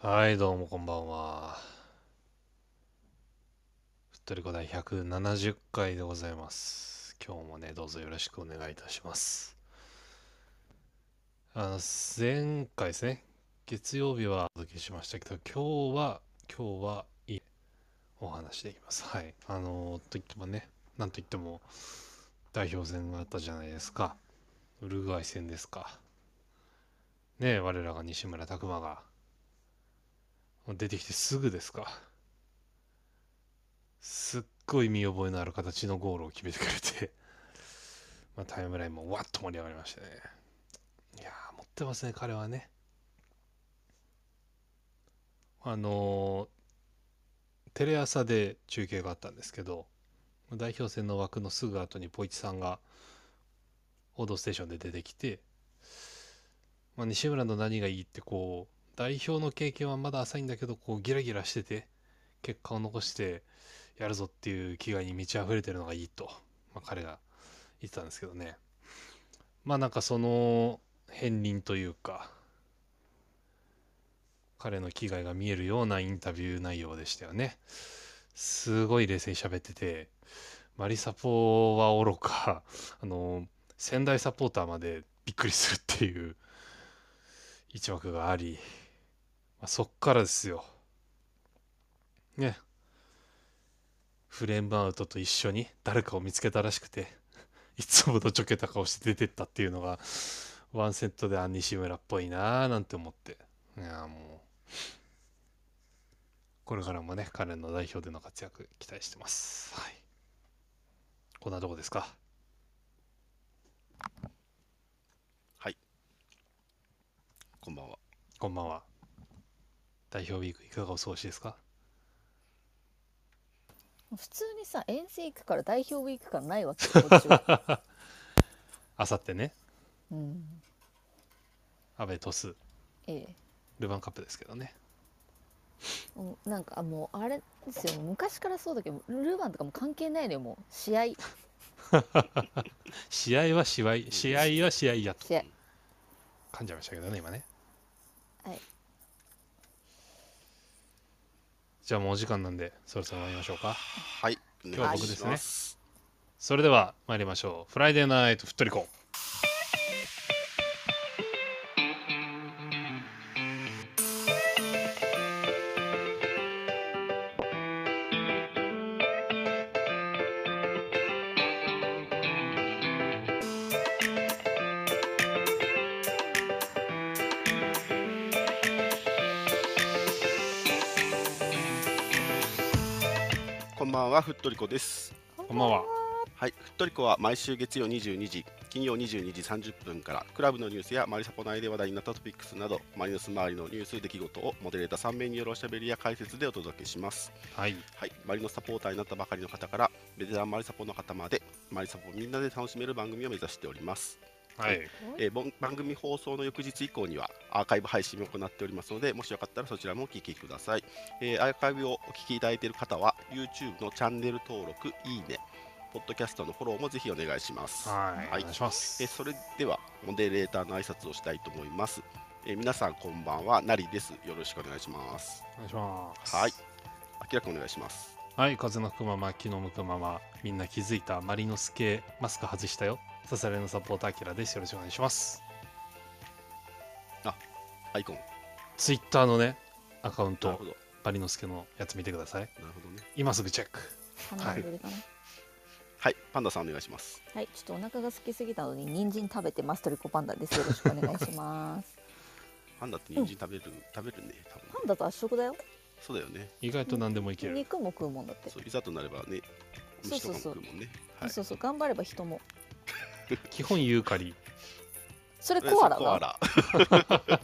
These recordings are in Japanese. はい、どうもこんばんは。ふっとりこ第170回でございます。今日もね、どうぞよろしくお願いいたします。あの、前回ですね、月曜日はお届けしましたけど、今日は、今日はいいお話できます。はい。あの、といってもね、なんといっても、代表戦があったじゃないですか。ウルグアイ戦ですか。ねえ、我らが西村拓磨が。出てきてすぐですかすっごい見覚えのある形のゴールを決めてくれて、 まあ、タイムラインもわっと盛り上がりましたねいやー持ってますね彼はねあのーテレ朝で中継があったんですけど代表戦の枠のすぐ後にポイチさんが「報道ステーション」で出てきて、まあ、西村の何がいいってこう代表の経験はまだ浅いんだけどこうギラギラしてて結果を残してやるぞっていう気概に満ち溢れてるのがいいと、まあ、彼が言ってたんですけどねまあなんかその片鱗というか彼の気概が見えるようなインタビュー内容でしたよねすごい冷静に喋っててマリサポはおろかあの仙台サポーターまでびっくりするっていう一幕がありまあ、そっからですよ。ね。フレームアウトと一緒に誰かを見つけたらしくて、いつものちょけた顔して出てったっていうのが、ワンセットであ西村っぽいなぁなんて思って。いやあもう。これからもね、彼の代表での活躍期待してます。はい。こんなとこですか。こんばんは。こんばんは。代表ウィークいかがお過ごしですか普通にさ遠征行くから代表ウィーク感ないわけよこっちは、あさってね、うん、安倍トス、ええルヴァンカップですけどね。もうなんかあもうあれですよ昔からそうだけどルルーバンとかも関係ないのよもう試合試合は試合、試合は試合やと試合噛んじゃいましたけどね、今ね。はい。じゃあもうお時間なんで、そろそろ参りましょうか。はい。今日は僕ですねすそれでは参りましょう。フライデーナイトふっとりこ。こんばんは、ふっとりこです。こんばんは。はい、ふっとりこは毎週月曜22時、金曜22時30分から、クラブのニュースやマリサポ内で話題になったトピックスなど、マリノス周りのニュース、出来事をモデレーター3名によるおしゃべりや解説でお届けします。はい。はい、マリノスサポーターになったばかりの方から、ベテランマリサポの方まで、マリサポみんなで楽しめる番組を目指しております。はい。えーぼん番組放送の翌日以降にはアーカイブ配信も行っておりますのでもしよかったらそちらもお聞きください、えーアーカイブをお聞きいただいている方は YouTube のチャンネル登録いいねポッドキャストのフォローもぜひお願いしますはい。はいお願いします。えーそれではモデレーターの挨拶をしたいと思います、えー皆さんこんばんはなりですよろしくお願いしますお願いします。はいあきらくんお願いしますはい、風の吹くまま、気の向くまま、みんな気づいた、マリノス系、マスク外したよ。ササレのサポーター、アキラです。よろしくお願いします。アイコンツイッターのね、アカウンなるトほ、どマリノス系のやつ見てください。なるほどね今すぐチェック。花ぶりかな、はいパンダさんお願いしますはい、ちょっとお腹が空きすぎたのに人参食べてますトリコパンダですよろしくお願いしますパンダって人参食べる、食べるね多パ分ンダと圧食だよそうだよね意外と何でもいける。肉も食うもんだって、そういざとなればね、そう虫そうとかもそう来るもんね。はい、そうそう頑張れば人も基本ユーカリ。それコアラコアはラ。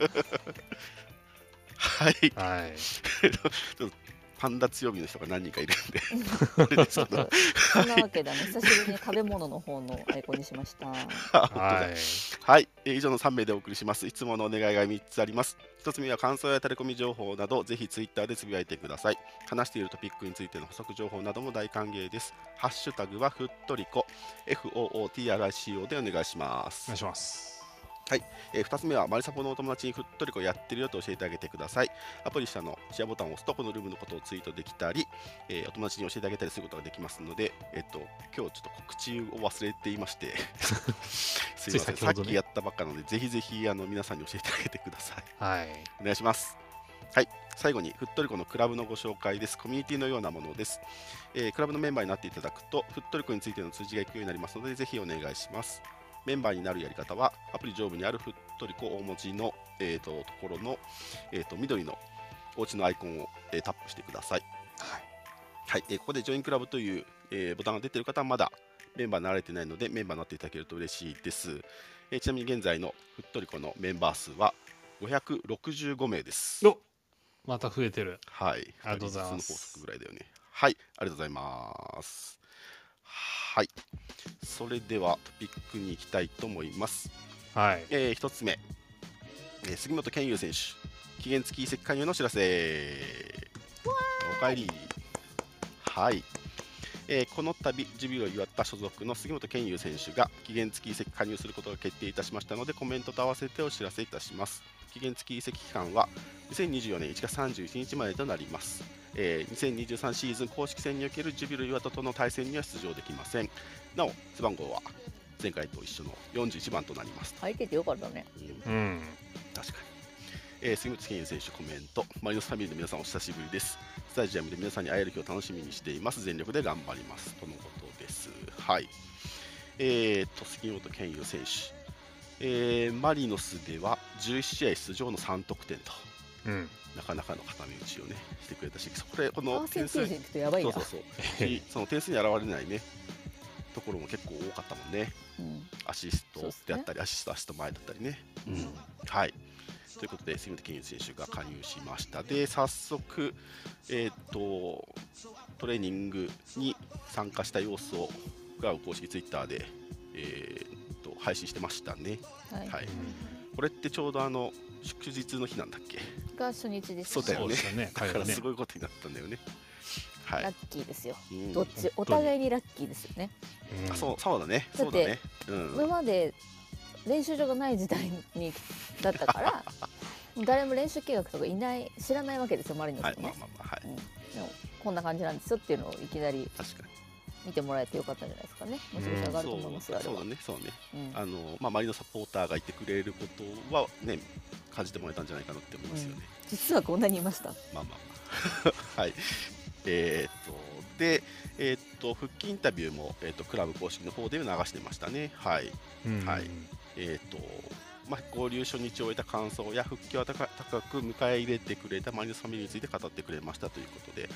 はい、ちはい。ょっとパンダ強みの人が何人かいるんで、あれですけど、そんなわけだね久しぶりに食べ物の方のアイコンにしましたははい。い、はいえー以上の3名でお送りします。いつものお願いが3つあります。1つ目は感想やタレコミ情報など、ぜひツイッターでつぶやいてください。話しているトピックについての補足情報なども大歓迎です。ハッシュタグはふっとりこ、FOOTRICO でお願いしまお願すい。します。えー、2つ目はマリサポのお友達にふっとりこやってるよと教えてあげてくださいアプリ下のシェアボタンを押すとこのルームのことをツイートできたり、えーお友達に教えてあげたりすることができますのでえっ、と今日ちょっと告知を忘れていまして すいついません、先さほっどねきやったばっかなのでぜひぜひあの皆さんに教えてあげてくださいはい。お願いします。はい、最後にふっとりこのクラブのご紹介です。コミュニティのようなものです。えークラブのメンバーになっていただくと、ふっとりこについての通じがいくようになりますので、ぜひお願いします。メンバーになるやり方は、アプリ上部にあるふっとりこ大文字の、えー、とところの、えー、と緑のお家のアイコンを、えータップしてください。はい。はい、えーここでジョインクラブという、えーボタンが出ている方はまだメンバーになられてないのでメンバーになっていただけると嬉しいです、えーちなみに現在のふっとりこのメンバー数は565名ですおまた増えてる。はいありがとうございます二人ずつの法則ぐらいだよねはいありがとうございますはいそれではトピックに行きたいと思いますはい。えー、1つ目、えー杉本健佑選手、期限付き移籍加入のお知らせ。おかえり。はい、えーこの度、ジュビロ磐田所属の杉本健佑選手が期限付き移籍加入することが決定いたしましたので、コメントと合わせてお知らせいたします。期限付き移籍期間は2024年1月31日までとなります。えー2023シーズン公式戦におけるジュビロ磐田との対戦には出場できません。なお、背番号は前回と一緒の41番となります。入っててよかったねうんうん。確かに、えー杉本健選手コメントマリノスファミリーの皆さんお久しぶりですスタジアムで皆さんに会える日を楽しみにしています全力で頑張りますとのことですはいえー、と杉本健佑選手、えーマリノスでは11試合出場の3得点とうん。なかなかの固め打ちをねしてくれたしこれパこのーセン点テ数ージいくとやばいそなうそうそ うしその点数に現れないねところも結構多かったもんねうんアシストそうっすねであったり、アシストアシスト前だったりね。はいということで、杉本健佑選手が加入しました。で、早速、えーっとトレーニングに参加した様子を、クラブ公式ツイッターで、えーっと配信してましたね。はいはい、これってちょうどあの祝日の日なんだっけが初日ですそうだよそねうでしたね。だから彼はねすごいことになったんだよね。はいラッキーですようんどっちお互いにラッキーですよねうんあそうそうだね、だそっうてだね。うん今まで練習場がない時代にだったから 誰も練習計画とかいない知らないわけですよマリノスはい、もね、まあまあまあ、はい、でもこんな感じなんですよっていうのをいきなり確かに。見てもらえてよかったんじゃないですかねもしかしたら上がると思いますよ、そあれうだは、ね、そうだね。うんあのまあ、周りのサポーターがいてくれることは、ね、感じてもらえたんじゃないかなって思いますよね。実はこんなにいましたまあまあまあ。 はいえーっとで、えーっと復帰インタビューも、えーっとクラブ公式の方で流してましたね。はいうんはいえーっとまあ、合流初日を終えた感想や復帰を高高く迎え入れてくれたマリノスファミリーについて語ってくれましたということで、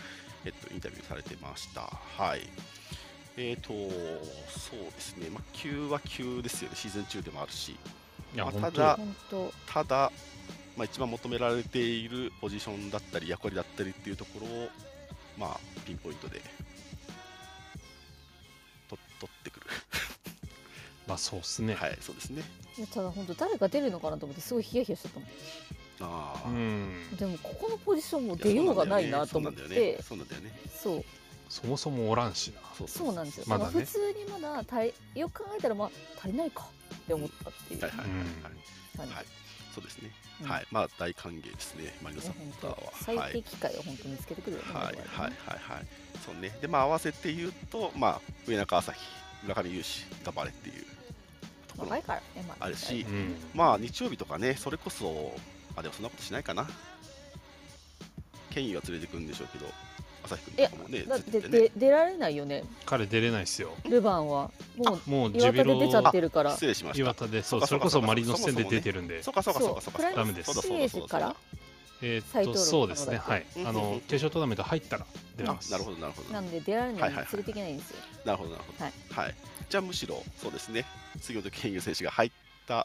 えっと、インタビューされてました。はいえー、とそうですね、まあ、急は急ですよね、シーズン中でもあるし、いや、まあ本当ただあ本当ただ、まあ、一番求められているポジションだったり役割だったりっていうところを、まあ、ピンポイントでと取ってくる、まあそうっすね。はいそうですねいやただ本当誰が出るのかなと思ってすごいヒヤヒヤしてたもんあうーん。でもここのポジションもいや出ようがないなと思っそうなんだよねてそうなんだよねそうそもそもおらんしな。そうそうなんですよ、まだねその普通にまだ足りよく考えたらまあ足りないかって思ったっていうはい感はいはいはい、じはいそうですね、うんはいまあ大歓迎ですねマリノいサやポー本ター当は最はい適解を本当に見つけてくるよね、はいはい我々はいねはいそうねでまあ合わせて言うとまあ上中朝日村上雄志頑張れっていうところ若いからねまだあるしうん。まあ日曜日とかね、それこそ、あ、でもそんなことしないかな。ケインは連れてくんでしょうけど、朝日くんいとやかもね、連だれっててってねで。出られないよね彼出れないっすよ。ルヴァンはもうもうジュ岩ビ田でロ出ちゃってるから失礼しまし岩た。田で、そう、そうかそれこそそうかマリノス戦でそもそもね出てるんでそ、うかそうかそうかそうかプライダムメですそうだそうだそうだそうだ。え再ーっと、登録そうですね、とかはだいうん。あうんうんの、決勝トーナメント入ったら出れあま、す。なるほどなるほどななるので出られなはいいはいはい連れていけないんですよほどなるほど。はいはい。じゃあむしろそうですね、杉本健佑選手が入ったっ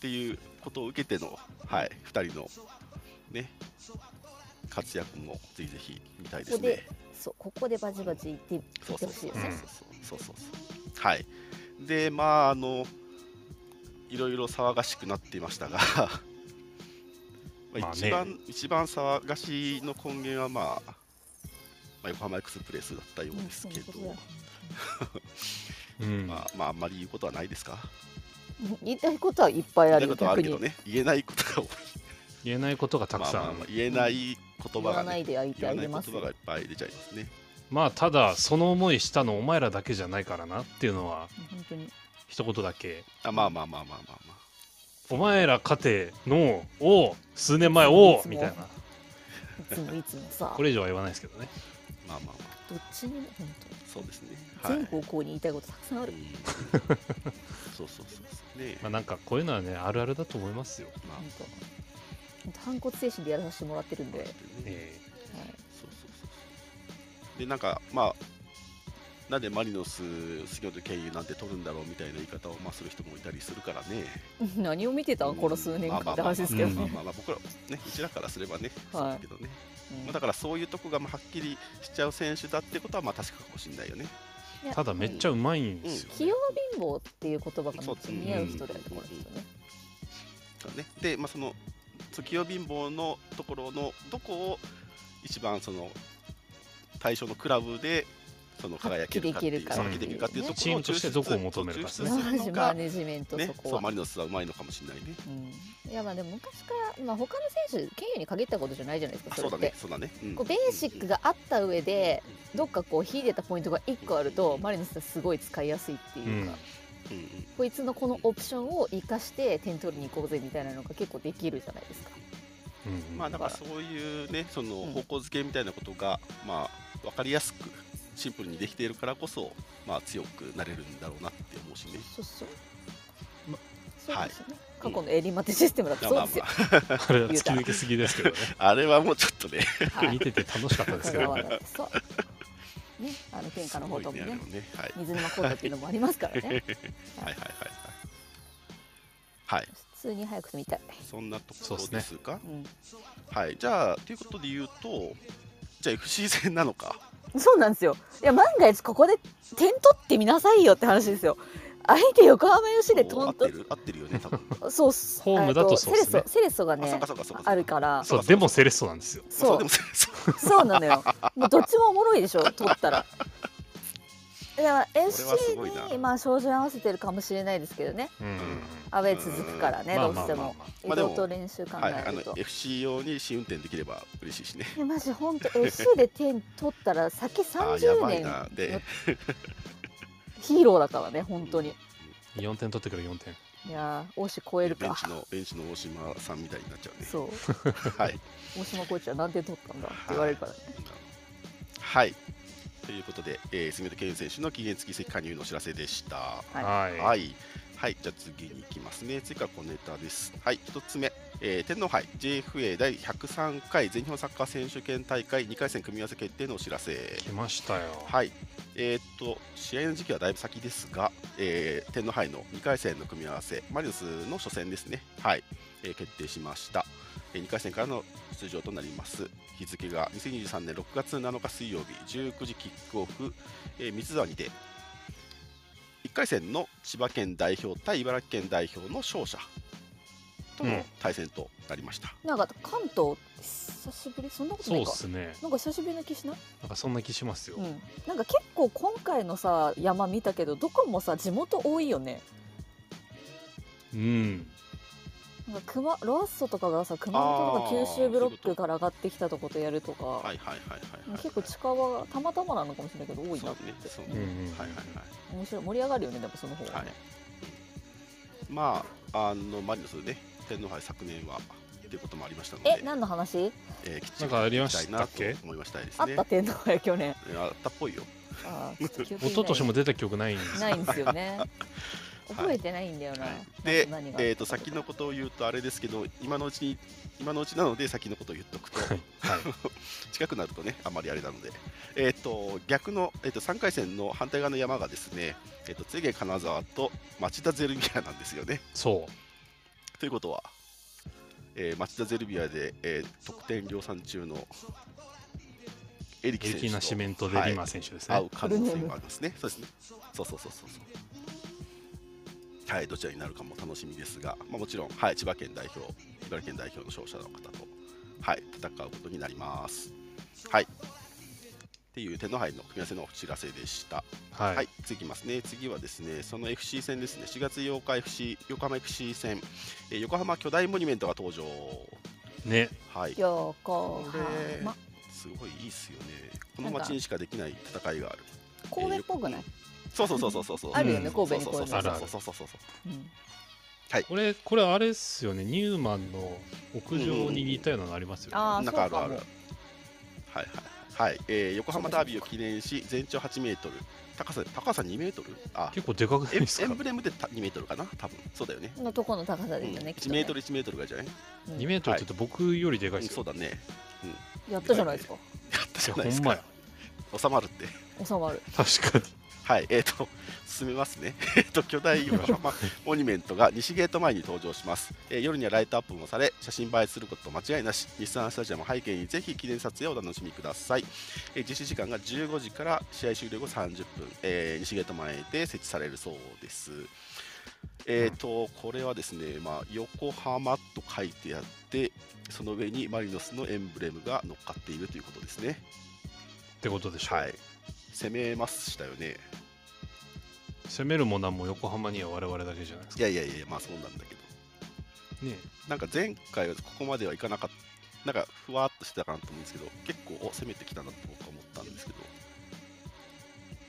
ていうことを受けての、はい、二人のね活躍もぜひぜひ見たいですここでね。そうここでバチバチいっていそうってそうほしいそうよそうねそうそうそうそうはいでまああのいろいろ騒がしくなっていましたがままああ一ね番、一番騒がしいの根源は、まあ、まあ横浜エクスプレスだったようですけど、うんそんなことだうん。まあ、まああんまり言うことはないですか言いたいことはいっぱいあ言えなるよいことはあ逆るけどにね言えないことが多い言えないことがたくさん、ままああまあまあ言えない言言葉わがなねいで焼いて言わあないげ言葉ますよがいっぱい出ちゃいますねただその思いしたのお前らだけじゃないからなっていうのは本当に一言だけあまあまあまあまあまあまあお前ら勝てのを数年前をみたいなつもいつもさこれ以上は言わないですけどねまあまあまあどっちにも本そうですね当はに、い全方向に言いたいことたくさんあうるんそうそうそうそうねまあなんかこういうのはねあるあるだと思いますよまあ本当本当反骨精神でやらさせてもらってるんで、はい、ねえそうそうそうそうでなんかまあなんでマリノス杉本経由なんて取るんだろうみたいな言い方をまあする人もいたりするからね 何を見てたうんんこの数年ま間あまっあてまあまあ話ですけどまあねまあまあ僕らねうちらからすればはね、いそうだけどね、うんまあだからそういうとこがまあはっきりしちゃう選手だってことはまあ確かかもしれないよねいえやただめっちゃうまいんですよ、ね器用貧乏っていう言葉がめっちゃ似合う人だよね、この人ね。そうねでまあその月曜貧乏のところのどこを一番その対象のクラブでその輝けるかっていう発揮発でき揮できるるかかっってていねいううところをチームとしてどこを求めるか抽そ出うでするすのマジか マネジメント、ねそ、こそうはマリノスはうまいのかもしれないね。うんいやまあでも昔から、まあ、他の選手経由に限ったことじゃないじゃないですあかそそれっうだてね、そうだね。うんこうベーシックがあった上で、どっかこう秀でたポイントが1個あると、うんマリノスってすごい使いやすいっていうか、うんうんこいつのこのオプションを生かして点取りに行こうぜみたいなのが結構できるじゃないですか。うんうんまあだからだかそういうね、そのうん方向付けみたいなことが、まあわかりやすくシンプルにできているからこそ、まあ強くなれるんだろうなって思うしね。そうそうまそうですよね、はい過去のエリマテシステムだってそうですよ。あれは突き抜けすぎですけどねあれはもうちょっとね、はい見てて楽しかったですけ香ど川ねだってそう。ね、あの天下の宝刀もすごいねあ、れはねはい、水沼コーっていうのもありますからね。はいはいはいはい。はい、普通に早く見たい。そんなとそうこっろすねですか。うはい、じゃあということで言うと、じゃあ FC 戦なのか。ん、そうなんですよ。いや万が一ここで点取ってみなさいよって話ですよ。相手横浜吉でおトン合ってとる合ってるよね、多分。そうっすホームだとそうっすねえっセレソセレソがあ、そうねかそうか そうか。あるからそうでもセレッソなんですよまあそそうでうもそうそうなのよもうどっちもおもろいでしょ取ったらだからすごいな FC にまあ照準合わせてるかもしれないですけどねうんうんうんアウェー続くからねまあどうまあしてまあもまあ移まあでも動と練習考はい、あえのると FC 用に試運転できれば嬉しいしね。いやマジ本 当 FC で点取ったら先あーや30ばい年な。で、ヒーローだからね本当に4点取ってくる4点いやー大志超えるベンかチのベンチの大島さんみたいになっちゃうね。そうはい。大島コーチは何点取ったんだって言われるからねはい。ということで、えー、杉本健選手の期限付き席加入のお知らせでした。はいはい、はい。はい、じゃあ次に行きますね。次から小ネタです。はい、一つ目、えー天皇杯 JFA 第103回全日本サッカー選手権大会2回戦組み合わせ決定のお知らせ。来ましたよはい、えーっと試合の時期はだいぶ先ですが、えー天皇杯の2回戦の組み合わせ、マリノスの初戦ですね、はいえー決定しました、え2回戦からの出場となります。日付が2023年6月7日水曜日、19時キックオフ、えー、三沢にて、1回戦の千葉県代表対茨城県代表の勝者とうんの対戦となりました。なんか関東久しぶりそんなことそなういっかすねなんか久しぶりの気しないなんかそんな気しますよ、うん、なんか結構今回のさ山見たけどどこもさ地元多いよねうん、なんか熊ロアッソとかがさ熊本とあーか九州ブロそういうッことクから上がってきたとことやるとか、はいはいはいはい、はい。結構近場がたまたまなのかもしれないけど多いそなうって、ね、そううんうね。んうんはいはいはい。面白い盛り上がるよねでもその方が、はいね、まあ、あのマリノスね、天皇杯昨年はっていうこともありましたのえで、何の話えー、きっちなんりかありましたしいたなっとけ思いましたいですあっねた。天皇杯去年えーあったっぽいよ。あーちょっと記憶一に昨年もない出た記憶ないんですないんですよねはい 覚えてないんだよな、はいで何がえっ、と先のことを言うとあれですけど、今のうちに今のうちなので先のことを言っと くと、はい、はい、近くなるとねあまりあれなので、えっ、と逆のえっ、と三回戦の反対側の山がですね、えっ、とつげ金沢と町田ゼルビアなんですよね。そうということは、えー、町田ゼルビアで、えー得点量産中のエリキエル選手キーナシメントでリマ選手ですね、会う可能性がありますね。そうですね。そうそうそうそうそう。はい、どちらになるかも楽しみですが、まあ、もちろん、はい、千葉県代表、茨城県代表の勝者の方と、はい、戦うことになります。はい。っていう天皇杯の組み合わせのお知らせでした。はい、はい、次いきますね。次はですね、その FC 戦ですね、4月8日 FC 横浜 FC 戦、えー横浜巨大モニュメントが登場。ねはい、横これ浜すごいいいっすよね。この町にしかできない戦いがある。神戸っぽくない、そうそうそうそうそうそう。あるよねうん神戸にこういうのそうそうそうあるあるそうそうそうそう。うんこれこれあれっすよねニューマンの屋上に似たようなのありますよね、ああそなうんかかあるもある。はいはいはい、えー横浜ダービーを記念し、全長8メートル、高さ高さ2メートル、あ、結構でかくないエンですエかンブレムでた2メートルかな、多分そうだよね。のとこの高さうん、ですよね、きっと1ねメートル1メートルぐらいじゃない？うん2メートルって言うと僕よりでかういんですそよう、だね。 やったじゃないですかやったじゃいないやでほすんまかや。収まるって。収まる確かにはい、えっ、と、 進めますね。 えっと、巨大横浜モニュメントが西ゲート前に登場します、えー夜にはライトアップもされ、写真映えすること間違いなし、日産スタジアム背景にぜひ記念撮影をお楽しみください。えー実施時間が15時から試合終了後30分、えー西ゲート前で設置されるそうです。えっ、と、これはですね、まあ、横浜と書いてあって、その上にマリノスのエンブレムが乗っかっているということですね。ってことでしょう、はい。攻めましたよね。攻めるもなんも横浜には我々だけじゃないですいかやいやいや、まあそうなんだけど。ねなんか前回はここまではいかなかった、なんかふわっとしてたかなと思うんですけど、結構お攻めてきたなと僕は思ったんですけど、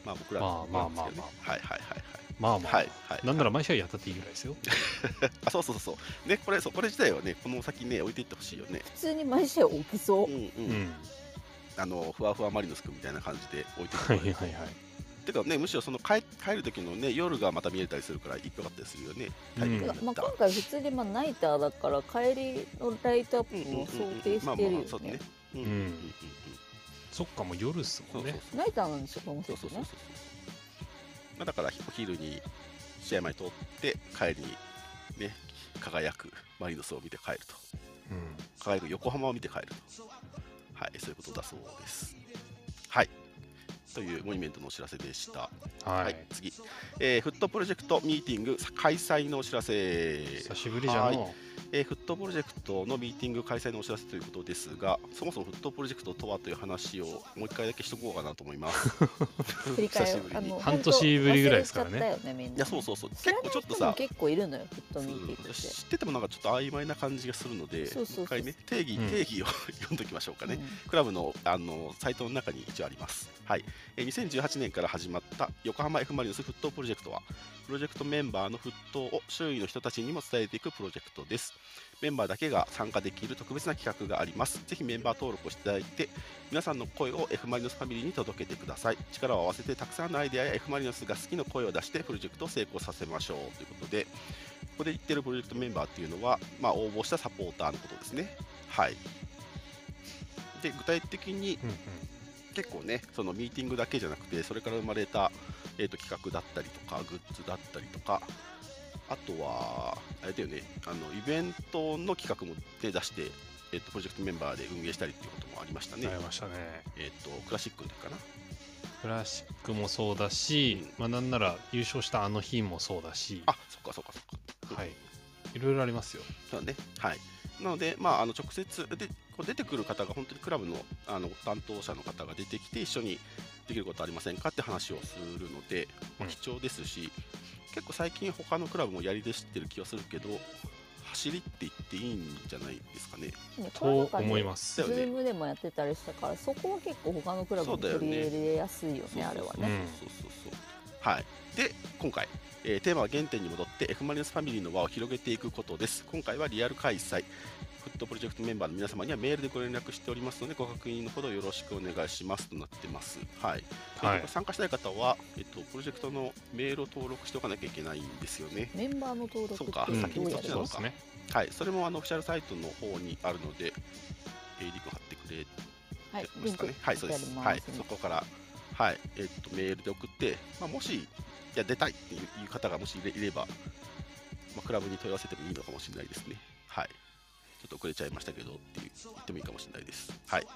まあ僕らまあまあまあまあなんですけどねはいはいはいまあまあ、はい。はいはい、なんなら毎試合やったっていいぐらいですよあそうそうそうそう、ね、これそうこれ自体はね、この先ね、置いていってほしいよね。普通に毎試合起きそううんう、うんんあのふわふわマリノス君みたいな感じで置いていっはていもらえはいるはいてかね、むしろその帰帰る時のね、夜がまた見えたりするから、いっぱいかったりするよね。うん体育て館かになまっあ、た今回普通にまあナイターだから帰りのライトアップも想定してるよそうね。うんううんんうんうんそっかもう夜っすそもうんそうねそうナイターなんですよこのそ選うそう手そうねそう。まあ、だからお昼に試合前に通って帰りにね輝くマリノスを見て帰るとうん輝く横浜を見て帰るとはいそういうことだそうですはいというモニュメントのお知らせでしたはい、はい次、えーフットプロジェクトミーティング開催のお知らせ久しぶりじゃはいのえーフットプロジェクトのミーティング開催のお知らせということですが、そもそもフットプロジェクトとはという話をもう一回だけしとこうかなと思います。振り返り久しぶりに。い半年ぶりぐらいですからね忘れちゃったよみんなや、そうそうそう。知結ら構ないちょっと人もさ、結構いるのよフットそうミーティングっ知っててもなんかちょっと曖昧な感じがするので、そうそうそうも一回ね定義うん定義を 読んどきましょうかて、ね。うんクラブのあのサイトの中に一応あります。はい、えー2018年から始まった横浜 F ・マリノスフットプロジェクトは、プロジェクトメンバーの沸騰を周囲の人たちにも伝えていくプロジェクトです。メンバーだけが参加できる特別な企画があります。ぜひメンバー登録をしていただいて、皆さんの声を F ・マリノスファミリーに届けてください。力を合わせてたくさんのアイデアや F ・マリノスが好きの声を出してプロジェクトを成功させましょうということで、ここで言ってるプロジェクトメンバーっていうのは、まあ、応募したサポーターのことですね。はい。で、具体的にうん結構ねそのミーティングだけじゃなくてそれから生まれた、えー、と企画だったりとかグッズだったりとかあとはあれだよねあのイベントの企画も手出して、えー、とプロジェクトメンバーで運営したりっていうこともありましたうんね、ありましたねえー、とクラシックの時かなクラシックもそうだし、まあなんなら優勝したあの日もそうだしあそっかそっかそっかはいいろいろありますよそうねはいなので、まあ、あの直接でこう出てくる方が本当にクラブのあの担当者の方が出てきて一緒にできることありませんかって話をするので、まあうん貴重ですし、結構最近他のクラブもやり出してる気がするけど走りって言っていいんじゃないですかね。ねこれなとんかね思いますだよズねームでもやってたりしたからそこは結構他のクラブも取り入れやすいよねあれはね、そうそうそうそうはいで今回、えーテーマは原点に戻って F ・マリノスファミリーの輪を広げていくことです今回はリアル開催フットプロジェクトメンバーの皆様にはメールでご連絡しておりますのでご確認のほどよろしくお願いしますとなってますはい、はえーいと参加したい方は、えっとプロジェクトのメールを登録しておかなきゃいけないんですよねメンバーの登録ってそうかうん先にそっちなそうのでかすねはいそれもあのオフィシャルサイトの方にあるので、えーリンク貼ってくれはいってこ、リとでンクすかね。はい、そうです。はい、そこから、はい、えっと、メールで送って、まあ、もし、いや、出たいっていう方がもしいれいれば、まあ、クラブに問い合わせてもいいのかもしれないですね。はい。ちょっと遅れちゃいましたけどっていう言ってもいいかもしれないです。はい。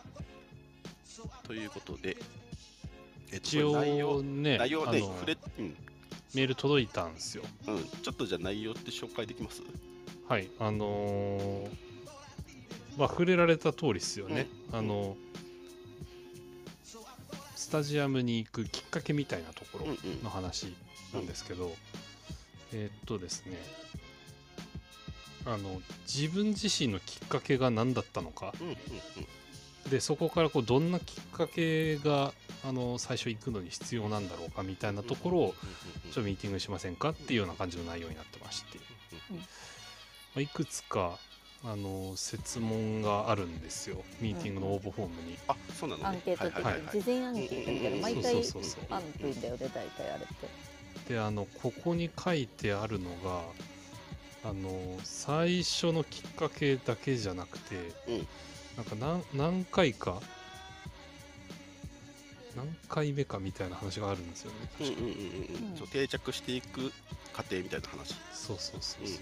ということで、えっと、一これ内応容、ね内容ね、あの触れ、うん、メール届いたんですようん、ちょっとじゃあ内容って紹介できますはいあのーまあ触れられた通りですよね、あのタジアムに行くきっかけみたいなところうんうんの話なんですけど、えーっとですねあの自分自身のきっかけが何だったのかうんうんでそこからこうどんなきっかけがあの最初行くのに必要なんだろうかみたいなところをちょっとミーティングしませんかっていうような感じの内容になってまして、まあ、いくつかあの設問があるんですよミーティングの応募フォームに。あそうなのねアンケートっていうはいはいはいか事前アンケートみたいな毎そ回うそうそうアンプんだよね大体あれってであのここに書いてあるのがあの最初のきっかけだけじゃなくて、うんなんか何何回か何回目かみたいな話があるんですよねうん確うかんうんうんうんそう定着していく過程みたいな話そうそうそうそう、うんうん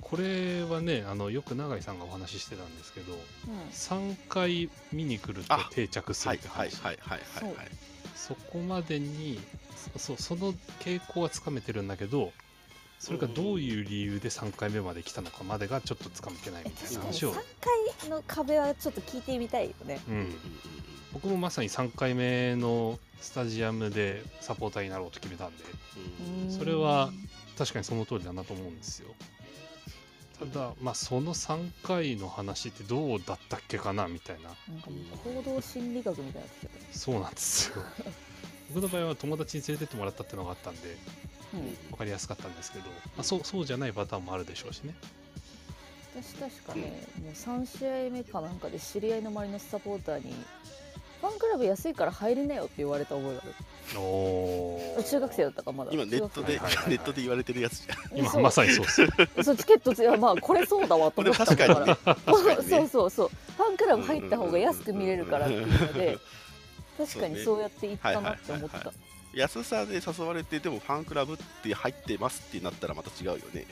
これはねあのよく永井さんがお話ししてたんですけどうん3回見に来るとあ定着すはるっいて話、はいはいはいはいはいそこまでにそそその傾向はつかめてるんだけどそれがどういう理由で3回目まで来たのかまでがちょっとつかめてないみたい確なかに話を3、回の壁はちょっと聞いてみたいよねううんうんん、僕もまさに3回目のスタジアムでサポーターになろうと決めたんでうんうんそれは確かにその通りだなと思うんですよただまあその3回の話ってどうだったっけかなみたいななんかもう行動心理学みたいになってきたそうなんです よ僕の場合は友達に連れてってもらったってのがあったんでうん分かりやすかったんですけど、まあ、そうそうじゃないパターンもあるでしょうしね私確かねもう3試合目かなんかで知り合いの周りのサポーターにファンクラブ安いから入りなよって言われた覚えがあおる中学生だったかまだ今ネットではいはいはい ネットで言われてるやつじゃん今まさにそうですにそうチケットついやまあこれそうだわと で思っもた確かにね確か にねそうそうそうファンクラブ入った方が安く見れるからっていうの で確かにそうやって行ったなって思っそうたね安さで誘われてでもファンクラブって入ってますってなったらまた違うよね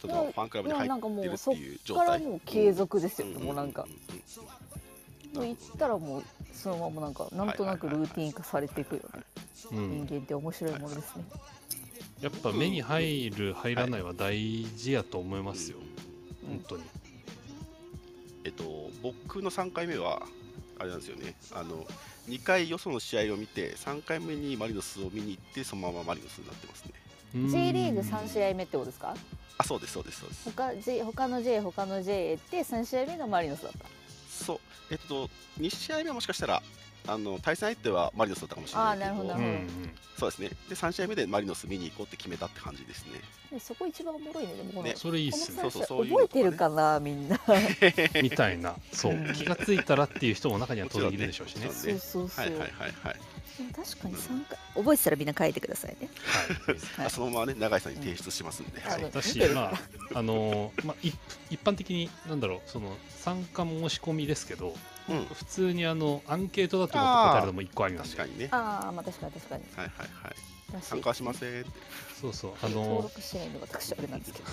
そいのやファンクラブにでも入なっんかもてるうってそっいう状から態もう継続ですよ、うんもうなんかう、んうんうんもう行ったらもうそのままなんかなんとなくルーティン化されていくよね、う人ん、間って面白いものですね、やっぱ目に入る入らないは大事やと思いますようん本当にえっと、僕の3回目は、あれなんですよね、あの2回よその試合を見て、3回目にマリノスを見に行って、そのままマリノスになってますね。うん J リーグ3試合目ってことですかあ、そうです、そうです、そうです。他 J 他の J 他の J って3試合目がマリノスだったそう、えっと、2試合目はもしかしたら、あの対戦相手はマリノスだったかもしれないけあーなるほどど、なうるんほうどんそうですね。で、3試合目でマリノス見に行こうって決めたって感じですね。でそこ一番おもろいねでもこの、ねそれいいっこのすね三そ試合うそうそういうの覚えてるかなみんなみたいなそううん気がついたらっていう人も中には当然いるでしょうしねもはちそうそうそはう、いはいはいはい。でも確かに3回覚えてたらみんな書いてくださいねいはいあそのままね、永井さんに提出しますんで。はいだし見て、るまあ、あのーまあ、一一般的に、なんだろう、その参加申し込みですけど、うん、普通にあのアンケートだと思って答えるのも1個あります確ねか。にね。はああまあ確かに確かにいはいはい。らしい参加はしませんって。そうそう、あ登の録してないんで私あれなんですけど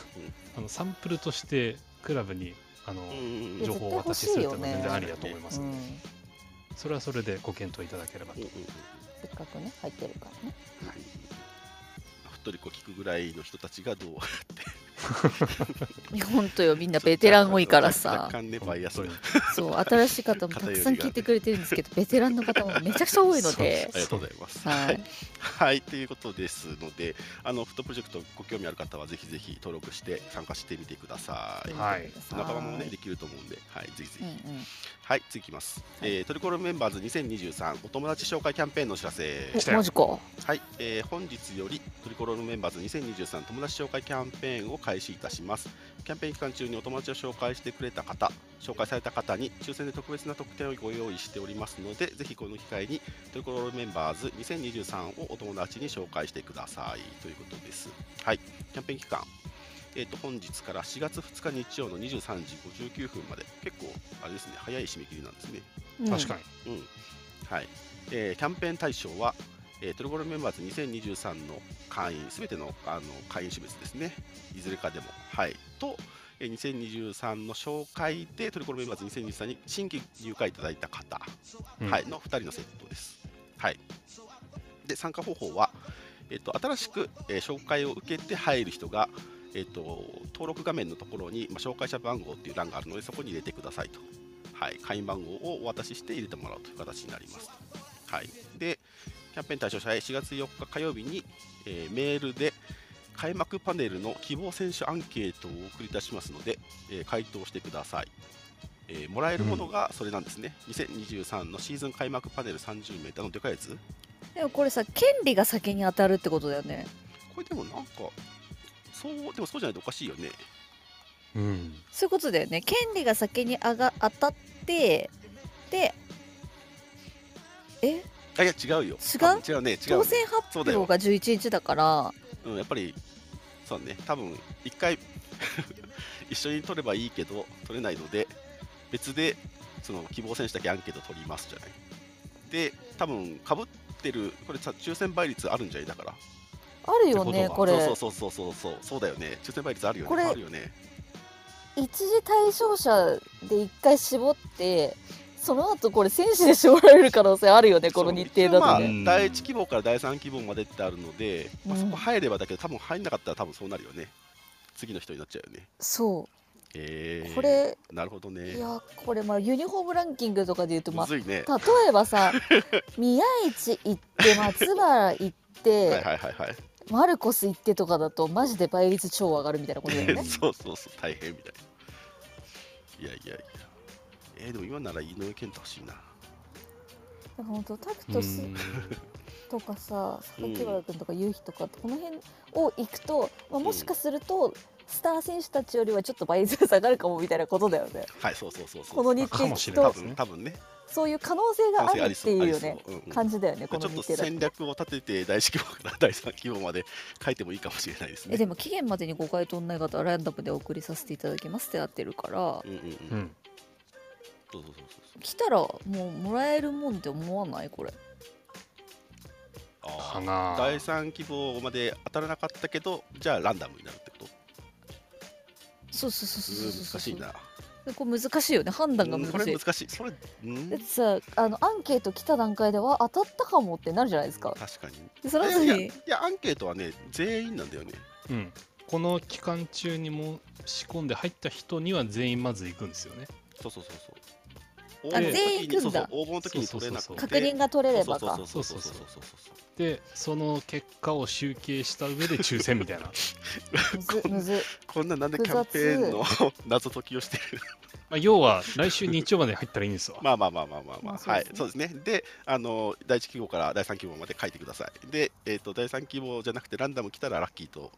あのサンプルとしてクラブにあの、うんうんうん情報をお渡しするっていうのは全然ありだと思いますうので、んそれはそれでご検討いただければとうんう。んうんせっかくね入ってるからねはい、ふっとりこ聞くぐらいの人たちがどういや本当よみんなベテラン多いからさ若干ねバイアスが本そう新しい方もたくさん聞いてくれてるんですけどベテランの方もめちゃくちゃ多いのでありがとうございます。ははいい、はい、ということですので、あのフットプロジェクトご興味ある方はぜひぜひ登録して参加してみてください。はい仲間もねできると思うんで、はい、ぜひぜひ。うんうんはい、次いきます。えートリコロールメンバーズ2023お友達紹介キャンペーンのお知らせ。来たよおマジかはい、えー本日よりトリコロールメンバーズ2023友達紹介キャンペーンを開始いたしますキャンペーン期間中にお友達を紹介してくれた方紹介された方に抽選で特別な特典をご用意しておりますのでぜひこの機会にトリコロールメンバーズ2023をお友達に紹介してくださいということですはいキャンペーン期間えー、と本日から4月2日日曜の23時59分まで結構あれですね早い締め切りなんですね当に確かに。うんはいえーキャンペーン対象は、えートルコルメンバーズ2023の会員、すべてのあの会員種別ですね、いずれかでも、はい、と、えー2023の紹介でトルコルメンバーズ2023に新規入会いただいた方、うんはい、の2人のセットです。はい、で参加方法は、えっと新しく、えー紹介を受けて入る人が、えっと登録画面のところに、まあ、紹介者番号っていう欄があるのでそこに入れてくださいと。はい、会員番号をお渡しして入れてもらうという形になります。はい、で、キャンペーン対象者へ4月4日火曜日に、えーメールで開幕パネルの希望選手アンケートをお送り出しますので、えー回答してください。えーもらえるものがそれなんですね、2023のシーズン開幕パネル30名ってあのでかいやつでもこれさ権利が先に当たるってことだよねこれでもなんかそうでもそうじゃないとおかしいよねうん。そういうことだよね権利が先にあが当たってでえあいや違うよ違う多分違うね違うね当選発そうだよ表が11日だからうん、やっぱりそうね多分一回 一緒に取ればいいけど取れないので別でその希望選手だけアンケート取りますじゃないで多分かぶってるこれさ抽選倍率あるんじゃないだからあるよってねとはこれそうそうそうそうそうそうだよね抽選倍率あるよねこれあるよね一時対象者で一回絞ってその後これ選手で絞られる可能性あるよねこのそう日程だと一ね、応まあうん第一希望から第三希望までってあるので、まあ、うんそこ入ればだけど多分入んなかったら多分そうなるよね次の人になっちゃうよねそえうー、これ、なるほどねいやこれまあユニフォームランキングとかで言うとまむあずいね例えば さ宮市行って松原行って、はいはいはいはいマルコス行ってとかだとマジで倍率超上がるみたいなことだよね そうそうそう、大変みたいな。いやいやいや。えーでも今なら井上健太欲しいな。本当タクうトスんとかさ榊原君とか夕日とかってこの辺を行くと、まあ、もしかするとスター選手たちよりはちょっと倍率が下がるかもみたいなことだよねはい、そうそうそうそう。この日か程も聞しくれな多いと分多分ね。そういう可能性があるっていうよね可能性ありそうありそううんうん感じだよねちょこっのと日程だと戦略を立てて第1希望から第3希望まで書いてもいいかもしれないですえね。でも期限までにご回答のない方はランダムでお送りさせていただきますってなってるからうんうんうん。う。そうんそうそうそう。来たらもうもらえるもんって思わないこれあかーな第3希望まで当たらなかったけど、じゃあランダムになるってことそうそうそううそうそうそーん難うしいな。でこれ難しいよね判断がうん難こしいれ難しい。それ、うんだってさあのアンケート来た段階では当たったかもってなるじゃないですか確かに。でそのいやいやい次や、アンケートはね、全員なんだよね。うん。この期間中にも仕込んで入った人には全員まず行くんですよね。そうそうそうそう。あ応募の時に全員行くんだそうそう応募の時に取れなくて。そうそうそう確認が取れればかそうそうそうそうそうそうで、その結果を集計した上で抽選みたい な。むずむずこんななんでキャンペーンの謎解きをしてる。まあ、要は来週日曜まで入ったらいいんですわ。まあまあまあまあまあまあ。まあそうはでいすね、そうですね。で、あの第一希望から第三希望まで書いてください。で、えっ、と第三希望じゃなくてランダム来たらラッキーと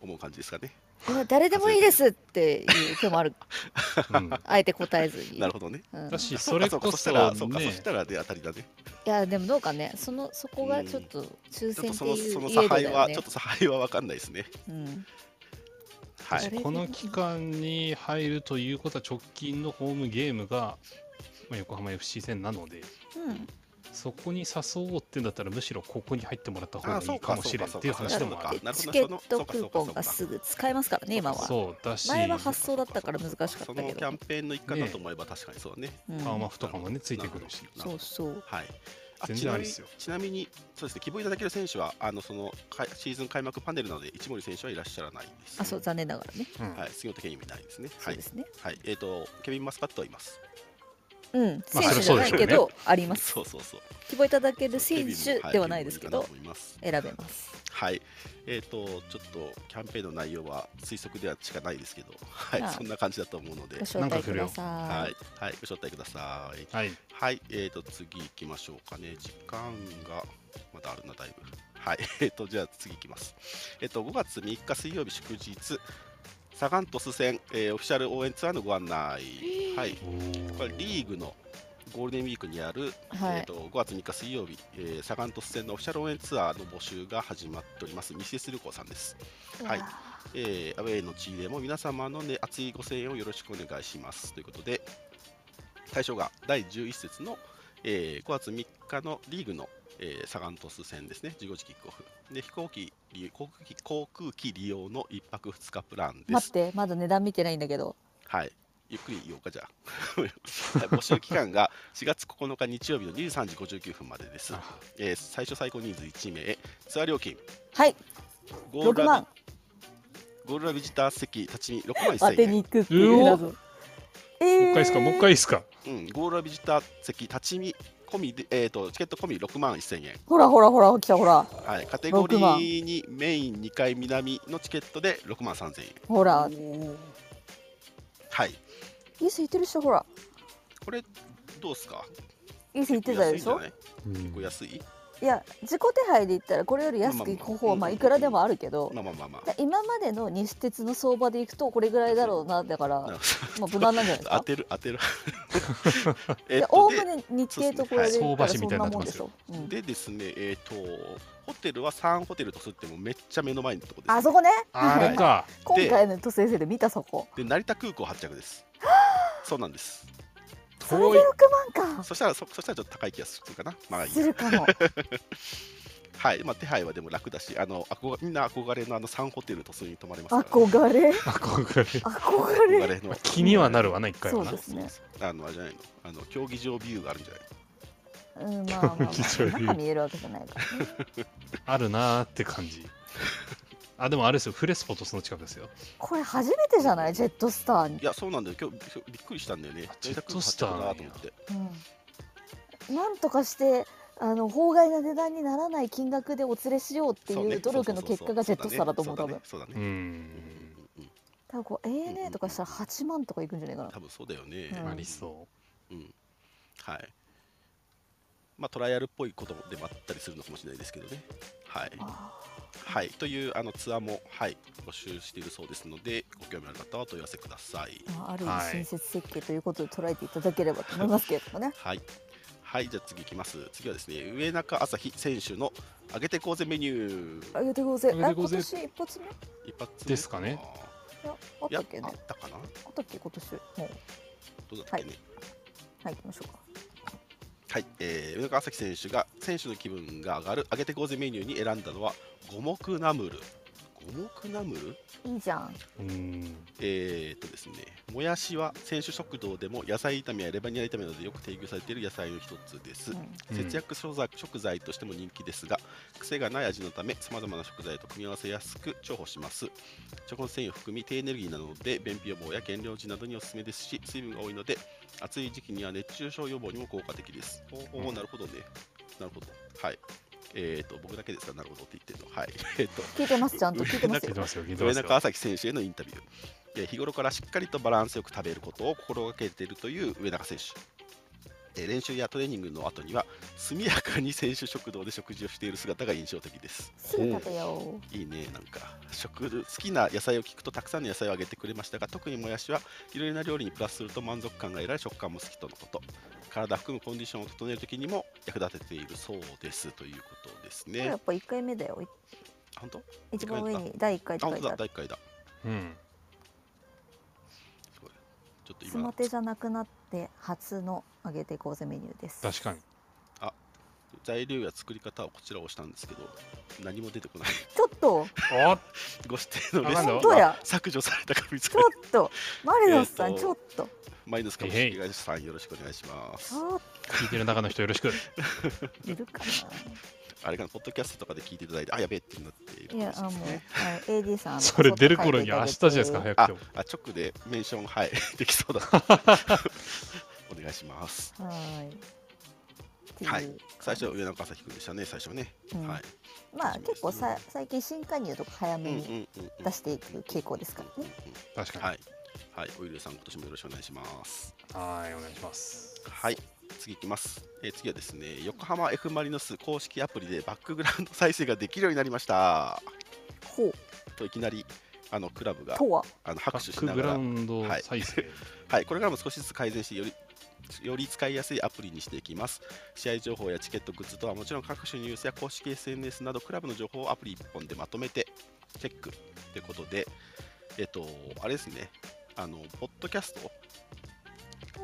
思う感じですかね。いや誰でもいいですっていう手も あるうん、あえて答えずになるほどね。うんだし、うそれかうこかしそたら、そうか、そねし、たらで当たりだね。いやでもどうかねそのそこがちょっと抽ちょっ選とっそてのそいうの家差度だ配よはねちょっと差配はわかんないですね。うんはそい。れこの期間に入るということは直近のホームゲームが、まあ、横浜 FC 戦なのでうんそこに誘おうってんだったらむしろここに入ってもらった方あがそいういかかもしれんっそうかていうそうか話でもあるチそうか。なるほどケッそトうかクそーうかそポうかンがすぐ使えますからね今はそうだし、前は発想だったから難しかったけそのキャンどペーンの一環だと思えば確かにそうだね。うんパーマフとかもね、ついてくるし。なるそほうどそうはい。あ全然ちあなみにりっすよちなみにそうですね希望いただける選手はあのそのかシーズン開幕パネルなので一森選手はいらっしゃらないです。あそう残念ながらねうんはい、杉本健吾いないですね。はそういで、すねはい、えっ、とケビンマスカットはいます。うんまあ選手じゃないけそりゃそうどありますそうそうそう。希望いただける選手ではないですけどケビンもはいケビンもいいかなと思い選べます。ますはい、えっ、とちょっとキャンペーンの内容は推測ではしかないですけど、はい、まあそんな感じだと思うのでご、招待くだはさいい、はい、ご招待ください。はい。はい、えーと次行きましょうかね。時間がまだあるな、だいぶ。はい、 えーとじゃあ次行きます。えっ、と5月3日水曜日祝日、サガン鳥栖戦、えーオフィシャル応援ツアーのご案内。はい、これリーグのゴールデンウィークにある、はえー、いと5月3日水曜日、えーサガン鳥栖戦のオフィシャル応援ツアーの募集が始まっております。ミセス旅行さんです。はいえーアウェイの地でも皆様の、ね、熱いご声援をよろしくお願いしますということで対象が第11節の、えー5月3日のリーグの、えーサガン鳥栖戦ですね15時キックオフで飛行機利航空機航空機利用の1泊2日プランで待っす、てまだ値段見てないんだけどはい、ゆっくり言おうかじゃあ はい募集期間が4月9日日曜日の23時59分までです、えー最初最高人数1名ツアー料金はいゴー6ルラ万ビゴールラビジター席立ち見6万1000円当てに行くっていう謎もう一回ですか、もう一回いいですか。うん、ゴールドビジター席立ち見込みで、えー、とチケット込み6万1000円、ほらほらほら来たほらはい、カテゴリーにメイン2階南のチケットで6万3000円ほらはいいい線いってるっしょほらこれどうっすかいい線いってたでしょ安いんじゃないうん結構安いいや自己手配で言ったらこれより安くいく方法はままあまああいくらでもあるけど、まあまあまあまで今までの西鉄の相場でいくとこれぐらいだろうなだからあなるまあほ無難なんじゃないです ど当かてる当 てるいえっやおおとむね日程とこれで言ったらそんなもんでしょ、うんででですねえっ、とホテルは3ホテルとすってもめっちゃ目の前のとこです、ね、あそこねあれか。今回の都政生で見たそこで成田空港発着ですそうなんですそれ遠でい。 6万かそしたらそそしたらちょっと高い気がするかなまあいいすやるかもはいまあ手配はでも楽だしあの憧みんな憧れのあの3ホテルとすに泊まれますから、憧れ憧れ。憧れ憧れの気にはなるわな、一回はなそうで。すねあのあれじゃないのあの競技場ビューがあるんじゃないうんまあま あ、ま貴重あ、品中見えるわけじゃないからねあるなーって感じ。 あ、でもあれですよ、フレスポとその近くですよ。これ初めてじゃないジェットスターにい、やそうなんだよ今日びっびっくりしたんだよねあジェットスター成田空港発着だなと思ってうん、なんとかしてあの法外な値段にならない金額でお連れしようってそいうねう努力の結果がジェットスターだと思うそ多だ分ねそうだねうそうだねん。うんうん多分こううんうん ANA とかしたら8万とかいくんじゃないかな多分そうだよね、うんありそう。うん、はい。まあ、トライアルっぽいことでもあったりするのかもしれないですけどね。はい。あはい、というあのツアーも、はい、募集しているそうですので、ご興味ある方はお問い合わせください。ーまあある意はい味親切設計ということで捉えていただければと思いますけれどもねはい。はい、じゃあ次いきます。次はですね、上中朝日選手の上げてこうぜメニュー。あげてこうぜあげあてこう今ぜ年一発目い一発目ですかねやあっやたっっけねたかなあったっけ今年もうどうだったっけね、はい行きましょうかはい、えー、上中朝日選手が選手の気分が上がる上げてこうぜメニューに選んだのは五目ナムル。五目ナムルいいじゃんうん。えーっとですね、もやしは選手食堂でも野菜炒めやレバニラ炒めなどでよく提供されている野菜の一つです、うんうん節約食材食材としても人気ですが癖がない味のためさまざまな食材と組み合わせやすく重宝しますチョコ繊維を含み低エネルギーなので便秘予防や減量時などにおすすめですし水分が多いので暑い時期には熱中症予防にも効果的ですおーおー、うんなるほどねなるほどはいえー、と僕だけですかなるほどって言ってるのはい えー、と聞いてますちゃんと聞いてま聞す いよてますよ、聞いてま上す中よ。朝日選手へのインタビューえー日頃からしっかりとバランスよく食べることを心がけているという上中選手えー練習やトレーニングの後には速やかに選手食堂で食事をしている姿が印象的ですすぐ食べよいいねなんか食好きな野菜を聞くとたくさんの野菜をあげてくれましたが特にもやしはいろいろな料理にプラスすると満足感が得られ食感も好きとのこと体含むコンディションを整える時にも役立てているそうですということですうこれやねっぱ一回目だよ本当一番上に第一回っあて書本い当てあだる第1回だうん。すごいちょっとス今マテじゃなくなって初の揚げていこうぜメニューです確かに。材料や作り方をこちらを押したんですけど何も出てこない ちょっとおっご指定のレシあなんだピ本当がや削除されたか見つちかょりっとマリノスさえーんとちょっとマイナス株式会社さんよろしくお願いしまちすょっ聞いてる中の人よろしく。といるかあれかなポッドキャストとかで聞いていただいてあやべえってなっているないやあ感もうじですねはい AD さんそれ出る頃に明日じゃないですか、はい早くても。あ直でメンションはい できそうだなお願いしますはいはいってう最初は上中朝日くんでしたね最初ね、うんはいまあ結構さ最近新加入とか早うんうめんにうんうん出していく傾向ですからねうんうんうん確かに。はいはいオイルさん今年もよろしくお願いしますはい、お願いします。はい、次いきます。えー次はですね、横浜 F ・マリノス公式アプリでバックグラウンド再生ができるようになりました。ほうといきなりあのクラブがとはあのバ拍手ッしクなグがラらウ、ンドはい再 生。はい、これからも少しずつ改善してよりより使いやすいアプリにしていきます。試合情報やチケットグッズとはもちろん各種ニュースや公式 SNS などクラブの情報をアプリ1本でまとめてチェックということで、えっと、あれですね、あのポッドキャスト